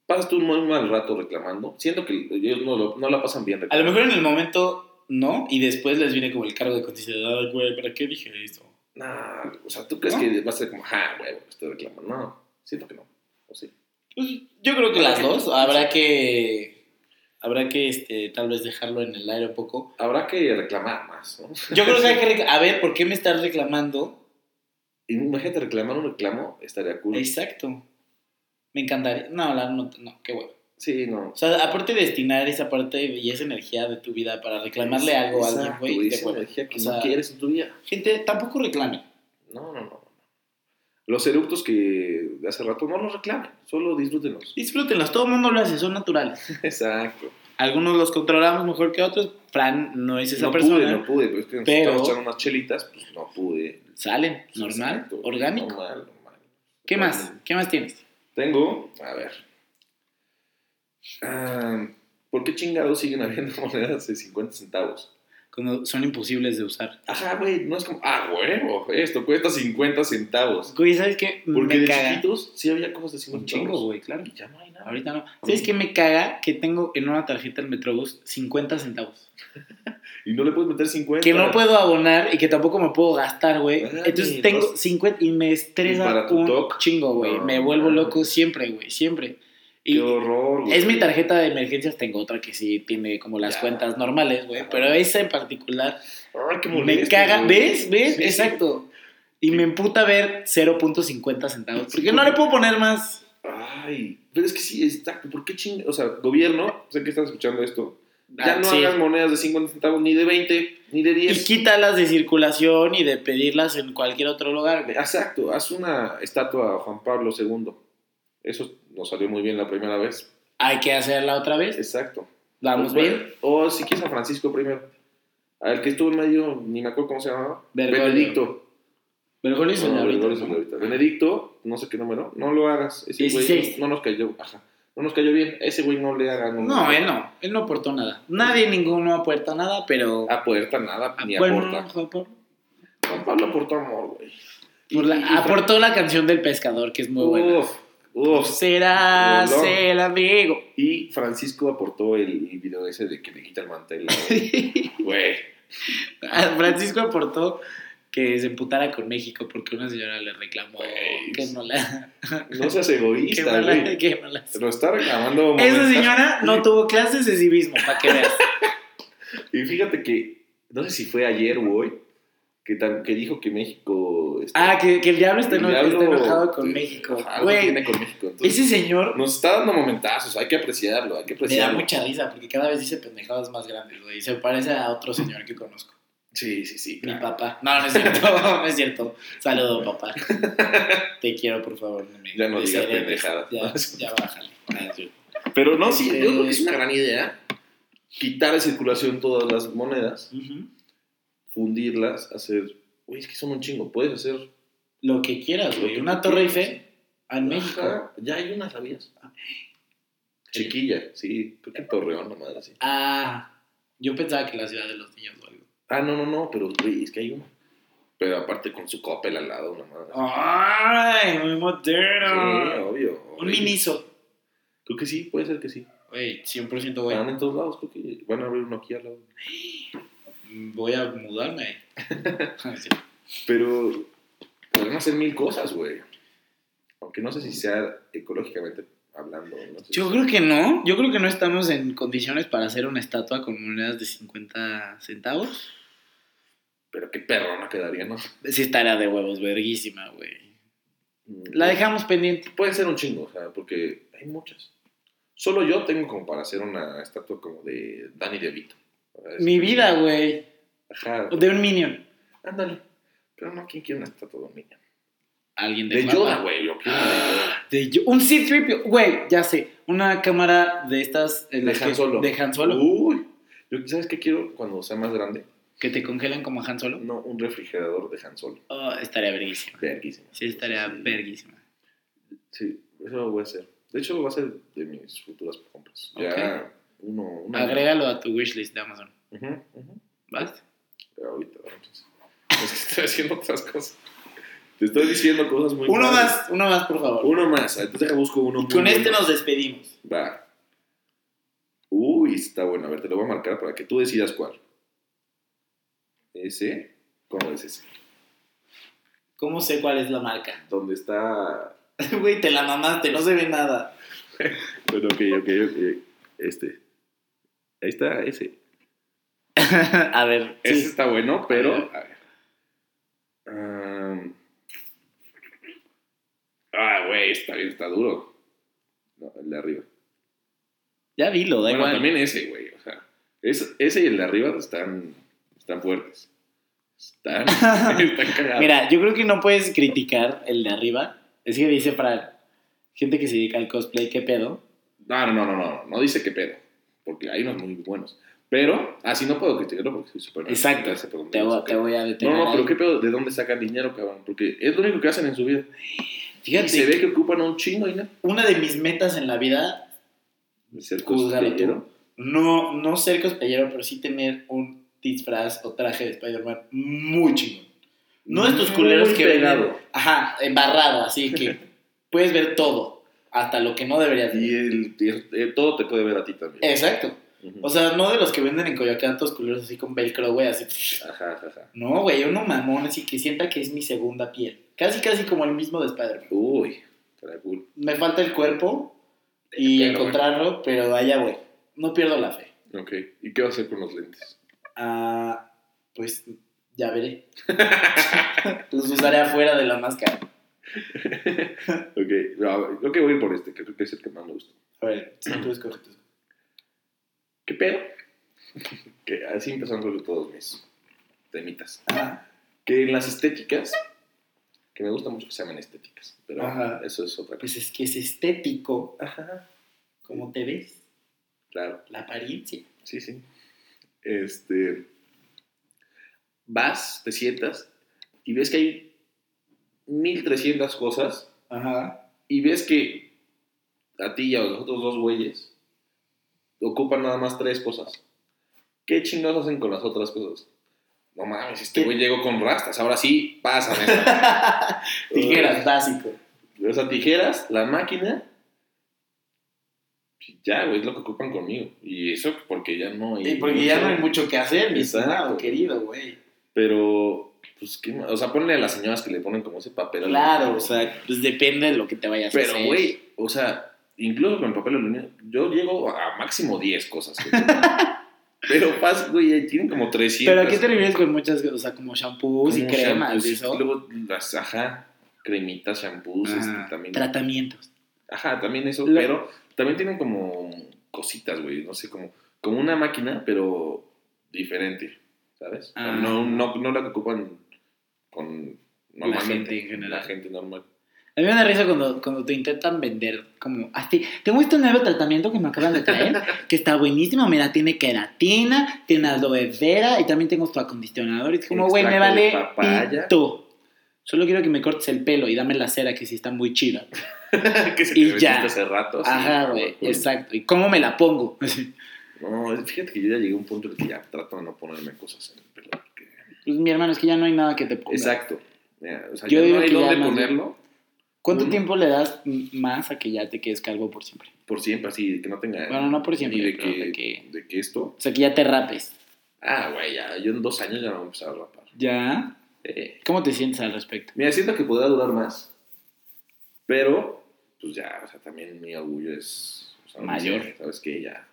B: pasas tú un muy mal rato reclamando, siento que ellos no, lo- no la pasan bien
A: A lo
B: reclamando.
A: mejor en el momento no, y después les viene como el cargo de conciencia de, "Ay, güey, ¿para qué dije esto?
B: Nah, o sea, ¿tú crees
A: ¿No?
B: que va a ser como, ja, güey, estoy reclamando? No, siento que no. O sí.
A: Pues, yo creo que las dos. Habrá que. Habrá que este, tal vez dejarlo en el aire un poco.
B: Habrá que reclamar más, ¿no?
A: Yo creo que hay que. rec- A ver, ¿por qué me estás reclamando?
B: Imagínate reclamar un reclamo, estaría cool.
A: Exacto. Me encantaría. No, la no, no, qué bueno.
B: Sí, no.
A: O sea, aparte de destinar esa parte y esa energía de tu vida para reclamarle algo a alguien,
B: Exacto,
A: güey, qué
B: esa
A: hueva.
B: energía que
A: O sea,
B: no quieres en tu vida.
A: Gente, tampoco reclame.
B: No, no, no. Los eructos que de hace rato no los reclamen, solo disfrútenlos.
A: Disfrútenlos, todo el mundo lo hace, son naturales.
B: Exacto.
A: Algunos los controlamos mejor que otros. Fran no es esa
B: no
A: persona.
B: pude, no pude, pero es que nos
A: Pero-
B: estamos echando unas chelitas, pues no pude.
A: Salen, normal,
B: Exacto,
A: orgánico.
B: Normal, normal.
A: ¿Qué más? ¿Qué más tienes?
B: Tengo, a ver. Ah, ¿Por qué chingados siguen habiendo monedas de 50 centavos?
A: Cuando son imposibles de usar.
B: Ajá, güey, no es como, ah, huevo, esto cuesta 50 centavos.
A: Güey, ¿sabes qué?
B: Porque
A: me
B: de
A: caga.
B: chiquitos sí había cosas de 50
A: Un chingo,
B: centavos.
A: güey, claro.
B: Y ya no hay nada.
A: Ahorita no. ¿Sabes qué me caga? Que tengo en una tarjeta del Metrobús 50 centavos.
B: Y no le puedes meter 50.
A: Que no puedo abonar y que tampoco me puedo gastar, güey.
B: Ah,
A: Entonces
B: y
A: tengo
B: dos.
A: 50 y me
B: Y
A: estresa
B: para tu
A: un
B: toc.
A: chingo, güey.
B: No,
A: me vuelvo
B: no.
A: loco siempre, güey, siempre. Y
B: Qué horror, güey.
A: es mi tarjeta de emergencias. Tengo otra que sí tiene como las
B: Ya.
A: cuentas normales, güey.
B: Ajá.
A: Pero esa en particular
B: Ay, qué
A: me
B: molesto,
A: caga.
B: güey.
A: ¿Ves? ¿Ves?
B: Sí, sí.
A: Exacto. Y me emputa ver 0.50 centavos. Porque no le puedo poner más.
B: Ay, pero es que sí, exacto. ¿Por qué chingados? O sea, gobierno, sé que estás escuchando esto. Ya
A: Ah,
B: no
A: sí.
B: hagas monedas de 50 centavos, ni de 20, ni de
A: Y
B: 10.
A: quítalas de circulación y de pedirlas en cualquier otro lugar, güey.
B: Exacto, haz una estatua a Juan Pablo II. Eso nos salió muy bien la primera vez.
A: Hay que hacerla otra vez.
B: Exacto.
A: Vamos
B: O-
A: bien.
B: O si quieres a Francisco primero. Al que estuvo en medio, ni me acuerdo cómo se llamaba.
A: Bergoglio.
B: Benedicto.
A: Bergoglio se
B: No,
A: la ahorita,
B: Bergoglio se
A: ¿no?
B: llama ahorita. Benedicto, no sé qué número, no lo hagas. Ese güey
A: 16.
B: no nos cayó. Ajá. No nos cayó bien. Ese güey no le hagan. un-
A: No, él no. Él no aportó nada. Nadie, ninguno aporta nada, pero.
B: A puerta nada, Ah, ni
A: bueno,
B: aporta.
A: no, por-
B: Juan Pablo aportó amor, güey.
A: por
B: Y- y-
A: la-
B: y-
A: aportó la canción del pescador, que es muy buena. Pues
B: Uf, uf.
A: Será,
B: Dolor.
A: ser amigo.
B: Y Francisco aportó el el video ese de que le quita el mantel. Güey.
A: A Francisco aportó que se emputara con México porque una señora le reclamó
B: Güey.
A: que no la.
B: No seas
A: Que
B: egoísta,
A: no la,
B: güey.
A: que no la-
B: Se lo está reclamando.
A: Esa
B: momentan-
A: señora no tuvo clases de civismo, para que veas.
B: Y fíjate que, no sé si fue ayer o hoy, que, tam- que dijo que México. este,
A: Ah, que, que el diablo está,
B: el
A: eno-
B: diablo-
A: está enojado con
B: eh,
A: México.
B: ajá, algo
A: Güey,
B: tiene con México. Entonces,
A: ese señor
B: Nos está dando momentazos, hay que apreciarlo, hay que
A: me da
B: apreciarlo.
A: mucha risa porque cada vez dice pendejadas más grandes, güey. Se parece a otro señor que conozco.
B: Sí, sí, sí.
A: Mi
B: claro.
A: papá. No, no es cierto, no es cierto. Saludo, papá. Te quiero, por favor. no me-
B: Ya no digas
A: desheredes.
B: pendejadas. Ah,
A: Ya, ya bájale. Gracias.
B: Pero no, sí,
A: Este-
B: yo creo que es una gran idea quitar de circulación todas las monedas,
A: Ujú.
B: fundirlas, hacer. Uy, es que son un chingo, puedes hacer.
A: Lo que quieras, güey.
B: Lo que
A: Una torre
B: quieras.
A: Eiffel en México. Ah,
B: Ajá, Ya hay unas, ¿sabías? Chiquilla, sí, creo que en Torreón, la madre, sí.
A: Ah, yo pensaba que la ciudad de los niños o algo.
B: Ah, no, no, no, pero güey, es que hay uno. Pero aparte con su copel al lado, una madre.
A: ¡Ay, muy
B: sí,
A: moderno!
B: obvio.
A: Un
B: obvio.
A: miniso.
B: Creo que sí, puede ser que sí.
A: Güey, 100% güey.
B: Van en todos lados, creo que van a abrir uno aquí al lado.
A: Voy a mudarme ahí. Sí.
B: Pero podemos hacer mil cosas, güey. Aunque no sé si sea ecológicamente hablando. No sé
A: Yo
B: si-
A: creo que no. Yo creo que no estamos en condiciones para hacer una estatua con monedas de 50 centavos.
B: Pero qué perrona quedaría, ¿no?
A: Sí estará de huevos, verguísima, güey. La dejamos pendiente.
B: Mm, Pueden ser un chingo, o sea, porque hay muchas. Solo yo tengo como para hacer una estatua como de Danny DeVito. Es-
A: Mi vida, güey.
B: Ajá.
A: De un Minion.
B: Ándale. Pero no, ¿quién quiere una estatua de un niño?
A: Alguien de,
B: De
A: guapa.
B: Yoda, güey. Yo quiero una de Yoda.
A: De Yo- Un C-3PO. Güey, ya sé. Una cámara de estas. en
B: De
A: las
B: Han
A: que-
B: Solo. Uh.
A: De Han Solo.
B: Uy. Yo, ¿Sabes qué quiero cuando sea más grande?
A: Que te congelan como a Han Solo.
B: No, un refrigerador de Han Solo.
A: Oh, estaría verguísima.
B: Verguísima.
A: Sí, estaría
B: Sí.
A: verguísima.
B: Sí, eso lo voy a hacer. De hecho, va a ser de mis futuras compras. Ya uno, uno.
A: Agrégalo a tu wishlist de Amazon.
B: Ujú, ujú.
A: ¿Vas?
B: pues, Pero ahorita, ahorita. Es que estoy haciendo otras cosas. Te estoy diciendo cosas muy
A: Uno
B: malas.
A: más, uno más, por favor.
B: Uno más. Ah, Entonces deja busco uno muy
A: Con este
B: bueno.
A: nos despedimos.
B: Va. Uy, está bueno. A ver, te lo voy a marcar para que tú decidas cuál. ¿Ese? ¿Cómo es ese?
A: ¿Cómo sé cuál es la marca?
B: ¿Dónde está...?
A: Güey, te la mamaste, no se ve nada.
B: Bueno, ok, ok, ok. Este. Ahí está, ese.
A: a ver, sí.
B: Ese está bueno, pero...
A: A ver.
B: a ver. Am. Ah, güey, está bien, está duro. No, el de arriba.
A: ya dilo, da
B: bueno,
A: igual.
B: también ese, güey. O sea, es- ese y el de arriba están, están fuertes. Están, están cagados.
A: Mira, yo creo que no puedes criticar el de arriba. Es que dice para gente que se dedica al cosplay, ¿qué pedo?
B: No, no, no, no, no, no dice qué pedo, porque hay unos muy buenos. Pero, así no puedo criticarlo porque soy súper
A: Exacto,
B: Gracias por
A: Te voy,
B: conmigo,
A: te
B: ok.
A: voy a
B: No,
A: detener.
B: no, pero
A: ahí.
B: qué pedo, ¿de dónde sacan dinero, cabrón? Porque es lo único que hacen en su vida.
A: Fíjate,
B: y se ve que ocupan un chingo, ¿no?
A: una de mis metas en la vida,
B: Ser
A: Júzgalo
B: cosquillero.
A: no, no ser cosplayero, pero sí tener un disfraz o traje de Spider-Man muy chingón. No estos
B: Muy
A: culeros que
B: pegado.
A: venden- Ajá, embarrado, así que puedes ver todo, hasta lo que no deberías ver.
B: Y el, y el- todo te puede ver a ti también.
A: Eh, Exacto.
B: Ujú.
A: O sea, no de los que venden en Coyoacán, todos culeros así con velcro, güey, así.
B: Ajá, ajá, ajá.
A: No, güey, uno mamón, así que sienta que es mi segunda piel. Casi, casi como el mismo de Spider-Man.
B: Uy, estará cool.
A: Me falta el cuerpo y
B: Pero,
A: encontrarlo, pero allá voy. No pierdo la fe.
B: Ok, ¿y qué vas a hacer con los lentes?
A: Ah, pues ya veré. Los usaré afuera de la máscara.
B: Ok, no, a ver, creo que voy a ir por este, que creo que es el que más me gusta.
A: A ver, si tú escoges. tú escoges.
B: ¿Qué pedo? que así empezaron creo que todos mis temitas.
A: Ajá.
B: Que en las estéticas, que me gusta mucho que se llamen estéticas, pero
A: Ajá.
B: eso es otra cosa.
A: Pues es que es estético
B: Ajá.
A: como te ves,
B: Claro,
A: la apariencia.
B: sí, sí. Este. Vas, te sientas y ves que hay 1300 cosas
A: Ajá.
B: y ves que a ti y a los otros dos güeyes ocupan nada más tres cosas. ¿Qué chingados hacen con las otras cosas? No mames, este
A: ¿Qué?
B: güey llegó con rastas, ahora sí, pásame. esa.
A: Tijeras, básico.
B: O sea, tijeras, la máquina. y Ya, güey, es lo que ocupan conmigo. Y eso porque ya no hay.
A: Y porque ya no hay mucho que hacer, mi
B: Exacto.
A: estimado querido, güey.
B: Pero, pues, ¿qué más? O sea, ponle a las señoras que le ponen como ese papel. al-
A: Claro, o sea, pues depende de lo que te vayas a hacer.
B: Pero, güey, o sea, incluso con papel aluminio, yo llego a máximo 10 cosas. güey. pero, pas, güey, tienen como 300.
A: ¿Pero a qué te refieres con muchas cosas? O sea, como shampoos y
B: Como
A: cremas,
B: shampoos,
A: y eso.
B: y Luego las, ajá, cremitas, shampoos,
A: Ah,
B: este, también.
A: Tratamientos.
B: Ajá, también eso,
A: La-
B: pero también tienen como cositas, güey, no sé, como, como una máquina, pero diferente, ¿sabes? O sea,
A: Ah.
B: No, no, no la que ocupan con normalmente,
A: gente en general.
B: La gente normal.
A: A mí me da risa cuando, cuando te intentan vender como, así, tengo este nuevo tratamiento que me acaban de traer, que está buenísimo, mira, tiene queratina, tiene aloe vera y también tengo tu acondicionador. Y es como, güey, me
B: Extracto de
A: vale
B: papaya.
A: pito. Solo quiero que me cortes el pelo y dame la cera que sí está muy chida.
B: que se
A: Y
B: te metiste
A: ya.
B: hace rato. sí,
A: Ajá,
B: no,
A: güey,
B: cool.
A: exacto. ¿Y cómo me la pongo? pues
B: No, fíjate que yo ya llegué a un punto en el que ya trato de no ponerme cosas en el pelo. porque-
A: Pues, mi hermano, es que ya no hay nada que te ponga.
B: Exacto. Ya, o sea,
A: Yo
B: ya
A: digo
B: no hay
A: que ya
B: dónde
A: más
B: ponerlo
A: ¿Cuánto
B: Uno.
A: tiempo le das m- más a que ya te quedes calvo por siempre?
B: por siempre, así, de que no tenga.
A: Bueno, no por
B: ni
A: siempre,
B: de
A: pero
B: que,
A: de que-
B: de que esto.
A: O sea, que ya te rapes.
B: Ah, güey, ya. Yo en dos años ya me voy a empezar a rapar.
A: ¿Ya?
B: Eh,
A: ¿Cómo te sientes al respecto?
B: Mira, siento que podría durar más. Pero, pues ya, o sea, también mi orgullo es. o sea, no
A: Mayor.
B: sé, Sabes que ya.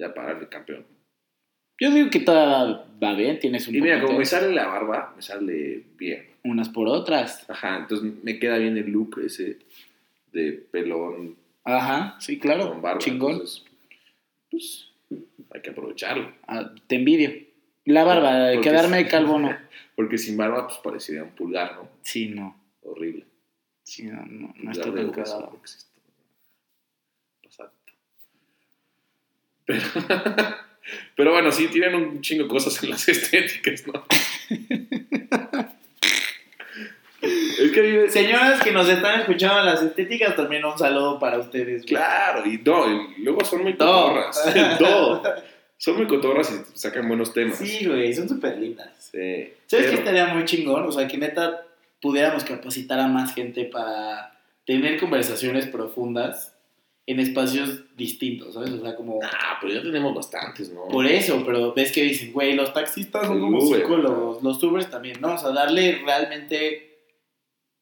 B: Ya parar de campeón.
A: Yo digo que toda va bien, tienes un
B: Y mira, como
A: poquito-
B: me sale la barba, me sale bien.
A: unas por otras.
B: Ajá, entonces me queda bien el look ese de pelón
A: Ajá, sí, claro.
B: con barba.
A: Chingón.
B: entonces, pues hay que aprovecharlo.
A: Ah, te envidio. La barba, de
B: Porque
A: quedarme
B: sí.
A: calvo no.
B: Porque sin barba, pues parecería un pulgar, ¿no?
A: Sí, no.
B: Horrible.
A: Sí, no, no, no
B: Pulgar
A: está
B: de
A: tan
B: hueso,
A: cagado.
B: creo que sí está. Exacto. Pero, pero bueno, sí, tienen un chingo de cosas en las estéticas, ¿no? es que vive.
A: Señoras que nos están escuchando las estéticas, también un saludo para ustedes.
B: Claro, y no, y luego son muy
A: Do.
B: cotorras. Do. Son muy cotorras y sacan buenos temas.
A: Sí, güey, son súper lindas.
B: Sí,
A: ¿Sabes qué
B: pero-
A: estaría muy chingón? O sea, que neta pudiéramos capacitar a más gente para tener conversaciones profundas en espacios distintos, ¿sabes? O sea, como...
B: Ah, pero ya tenemos bastantes, ¿no?
A: Por eso, pero ves que dicen, güey, los taxistas son
B: El
A: como
B: Uber.
A: psicólogos, los Ubers también, ¿no? O sea, darle realmente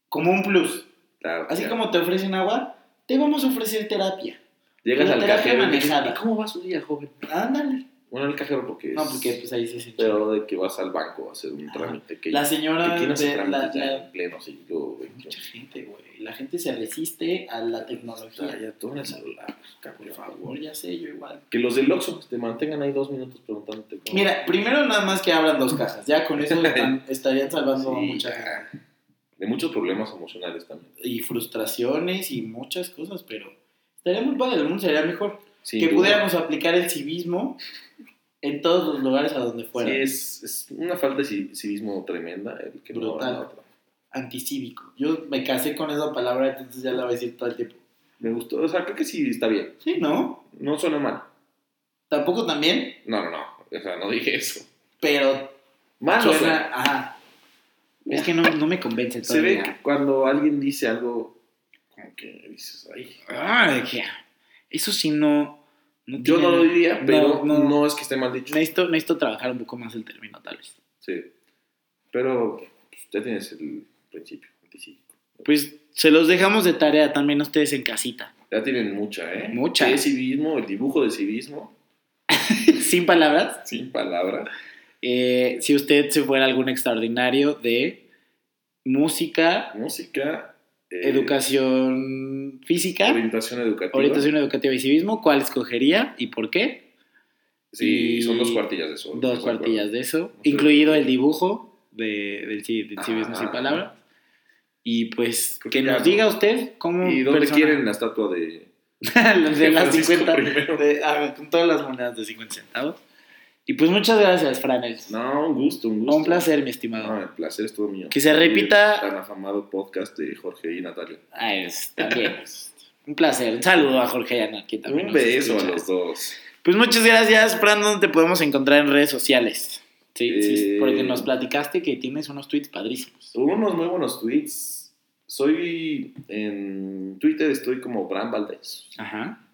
A: como un plus.
B: Claro,
A: Así
B: ya.
A: como te ofrecen agua, te vamos a ofrecer terapia.
B: Llegas
A: una
B: al
A: terapia
B: cajero y dices,
A: manejada.
B: "¿Y ¿Cómo va su día, joven?
A: Ándale.
B: Bueno, el cajero porque
A: No,
B: es-
A: porque pues ahí sí se
B: Pero de que vas al banco a hacer un
A: Ajá.
B: trámite que...
A: La
B: que
A: señora
B: ¿Quién hace
A: de la-
B: trámites ya
A: la-
B: en pleno siglo XXI?
A: Mucha gente, güey. La gente se resiste a la
B: O sea,
A: tecnología.
B: ya todo en el celular, cabrón,
A: Por
B: por
A: favor,
B: favor.
A: ya sé, yo igual.
B: Que los del Oxxo te mantengan ahí dos minutos preguntándote cómo...
A: Mira, primero nada más que abran dos cajas. Ya con eso están- estarían salvando a
B: Sí,
A: mucha gente.
B: ya. De muchos problemas emocionales también.
A: Y frustraciones y muchas cosas, pero estaría muy padre. El mundo sería mejor.
B: Sin
A: que
B: duda.
A: pudiéramos aplicar el civismo en todos los lugares a donde fuera.
B: Sí, es, es una falta de ci- civismo tremenda el que no
A: Brutal.
B: haga otra.
A: Anticívico. Yo me casé con esa palabra, entonces ya la voy a decir todo el tiempo.
B: Me gustó, o sea, creo que sí está bien.
A: Sí, ¿no?
B: No suena mal.
A: Tampoco también,
B: No, no, no. O sea, no dije eso.
A: pero
B: Mal
A: suena-
B: suena.
A: Ajá. Es que no, no me convence
B: Se
A: todavía.
B: ve que cuando alguien dice algo, como que dices, ay.
A: Ay, que- Eso sí no. no
B: Yo
A: tiene-
B: no lo diría, pero
A: no.
B: no, es que esté mal dicho.
A: Necesito, necesito trabajar un poco más el término, tal vez.
B: Sí. Pero pues, ya tienes el principio. anticívico.
A: Pues se los dejamos de tarea también a ustedes en casita.
B: Ya tienen mucha, ¿eh?
A: Mucha.
B: Sí, es civismo, el dibujo de civismo,
A: Sin palabras.
B: sin palabras.
A: eh, si usted se fuera algún extraordinario de música,
B: Música. eh,
A: educación física,
B: Orientación educativa.
A: orientación educativa y civismo, ¿cuál escogería y por qué?
B: Sí,
A: y-
B: son dos cuartillas de eso. no
A: Dos
B: se
A: cuartillas de eso,
B: sé. Ah,
A: incluido el dibujo de, del, ci- del civismo
B: Ajá.
A: sin palabras. Y pues
B: Creo
A: que
B: que ya,
A: nos
B: ¿no?
A: diga usted
B: acuerdan.
A: cómo...
B: ¿Y dónde
A: persona-
B: quieren la estatua de.?
A: de las
B: Francisco
A: 50
B: primero.
A: de- ah, con todas las monedas de 50 centavos. Y pues muchas gracias, Franel.
B: No, un gusto, un gusto.
A: Un placer, mi estimado.
B: No, el placer es todo mío.
A: Que se
B: El
A: repita.
B: Tan afamado podcast de Jorge y Natalia.
A: Ah, es- también. es un placer. Un saludo a Jorge y a Ana, que también
B: Un
A: nos
B: beso a
A: escucha.
B: los dos.
A: Pues muchas gracias, Fran. ¿Dónde te podemos encontrar en redes sociales? Sí, sí,
B: Eh.
A: porque nos platicaste que tienes unos tweets padrísimos.
B: Hubo unos muy buenos tweets. Soy en Twitter estoy como Bran Valdez.
A: Ajá.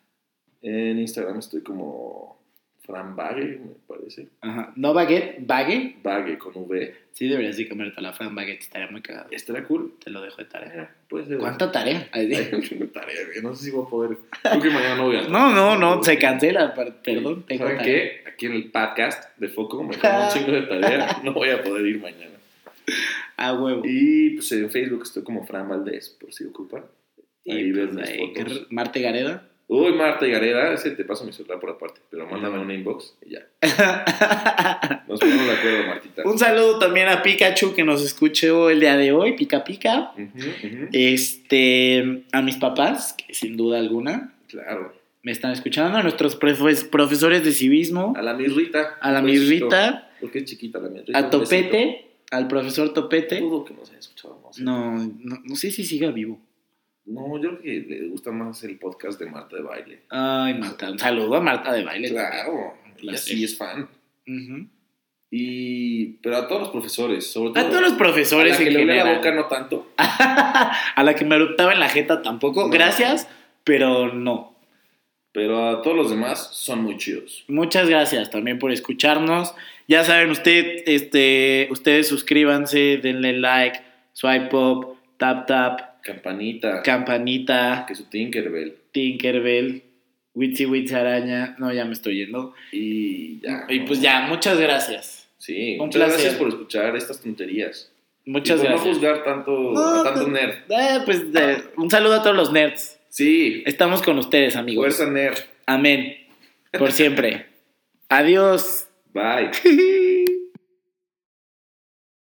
B: En Instagram estoy como Fran Bague, me parece.
A: Ajá. No baguette, bague.
B: Bague con V.
A: Sí, deberías de cambiarte la Fran Baguette. Estaría muy cagado.
B: Estará cool.
A: Te lo dejo de tarea.
B: Eh, Puede ser.
A: ¿Cuánta tarea? Ay,
B: Ay,
A: de-
B: tengo tarea, güey. No sé si voy a poder. Creo que mañana no voy a.
A: No, no, no, se cancela. per- Perdón, tengo
B: ¿Saben
A: tarea.
B: qué? Aquí en el podcast de Foco me quedó un chingo de tarea. No voy a poder ir mañana.
A: A huevo.
B: Y pues en Facebook estoy como Fran Valdés, por si ocupan. Ahí
A: Y,
B: ves
A: pues,
B: mis
A: ahí,
B: fotos.
A: grr, Marte Gareda.
B: Uy, Marta y Gareda, ese te paso mi celular por aparte, pero mándame un inbox y ya. Nos ponemos de acuerdo, Martita.
A: Un saludo también a Pikachu que nos escuchó el día de hoy, Pica Pica.
B: Ujú, ujú.
A: Este, a mis papás, que sin duda alguna
B: Claro.
A: me están escuchando, a nuestros profes- profesores de civismo,
B: A la mirrita.
A: a la
B: Un besito,
A: Mirrita,
B: Porque es chiquita la mirrita.
A: a
B: un besito.
A: Topete, al profesor Topete.
B: Dudo que nos haya escuchado. No, sé.
A: No, no, no sé si siga vivo.
B: No, yo creo que le gusta más el podcast de Marta de Baile.
A: Ay, Marta, un saludo a Marta de Baile.
B: Claro.
A: La
B: Ella sí es fan.
A: Ujú.
B: Y, pero a todos los profesores, sobre todo.
A: A todos los profesores
B: a la que
A: en
B: le olía la
A: general.
B: boca no tanto.
A: a la que me eruptaba en la jeta tampoco.
B: No.
A: Gracias, pero no.
B: Pero a todos los demás son muy chidos.
A: Muchas gracias también por escucharnos. Ya saben, usted, este, ustedes suscríbanse, denle like, swipe up, tap tap,
B: Campanita,
A: campanita,
B: que su Tinkerbell.
A: Tinkerbell, Witsy Witsy Araña. No, ya me estoy yendo.
B: Y ya.
A: Y
B: ¿no?
A: pues ya, muchas gracias.
B: Sí,
A: Un
B: muchas
A: placer.
B: gracias por escuchar estas tonterías.
A: Muchas
B: y por no
A: gracias.
B: juzgar tanto,
A: No,
B: a tanto
A: pues-
B: nerd.
A: Eh, pues eh, un saludo a todos los nerds.
B: Sí,
A: Estamos con ustedes, amigos.
B: fuerza nerd.
A: Amén. Por siempre. Adiós.
B: Bye.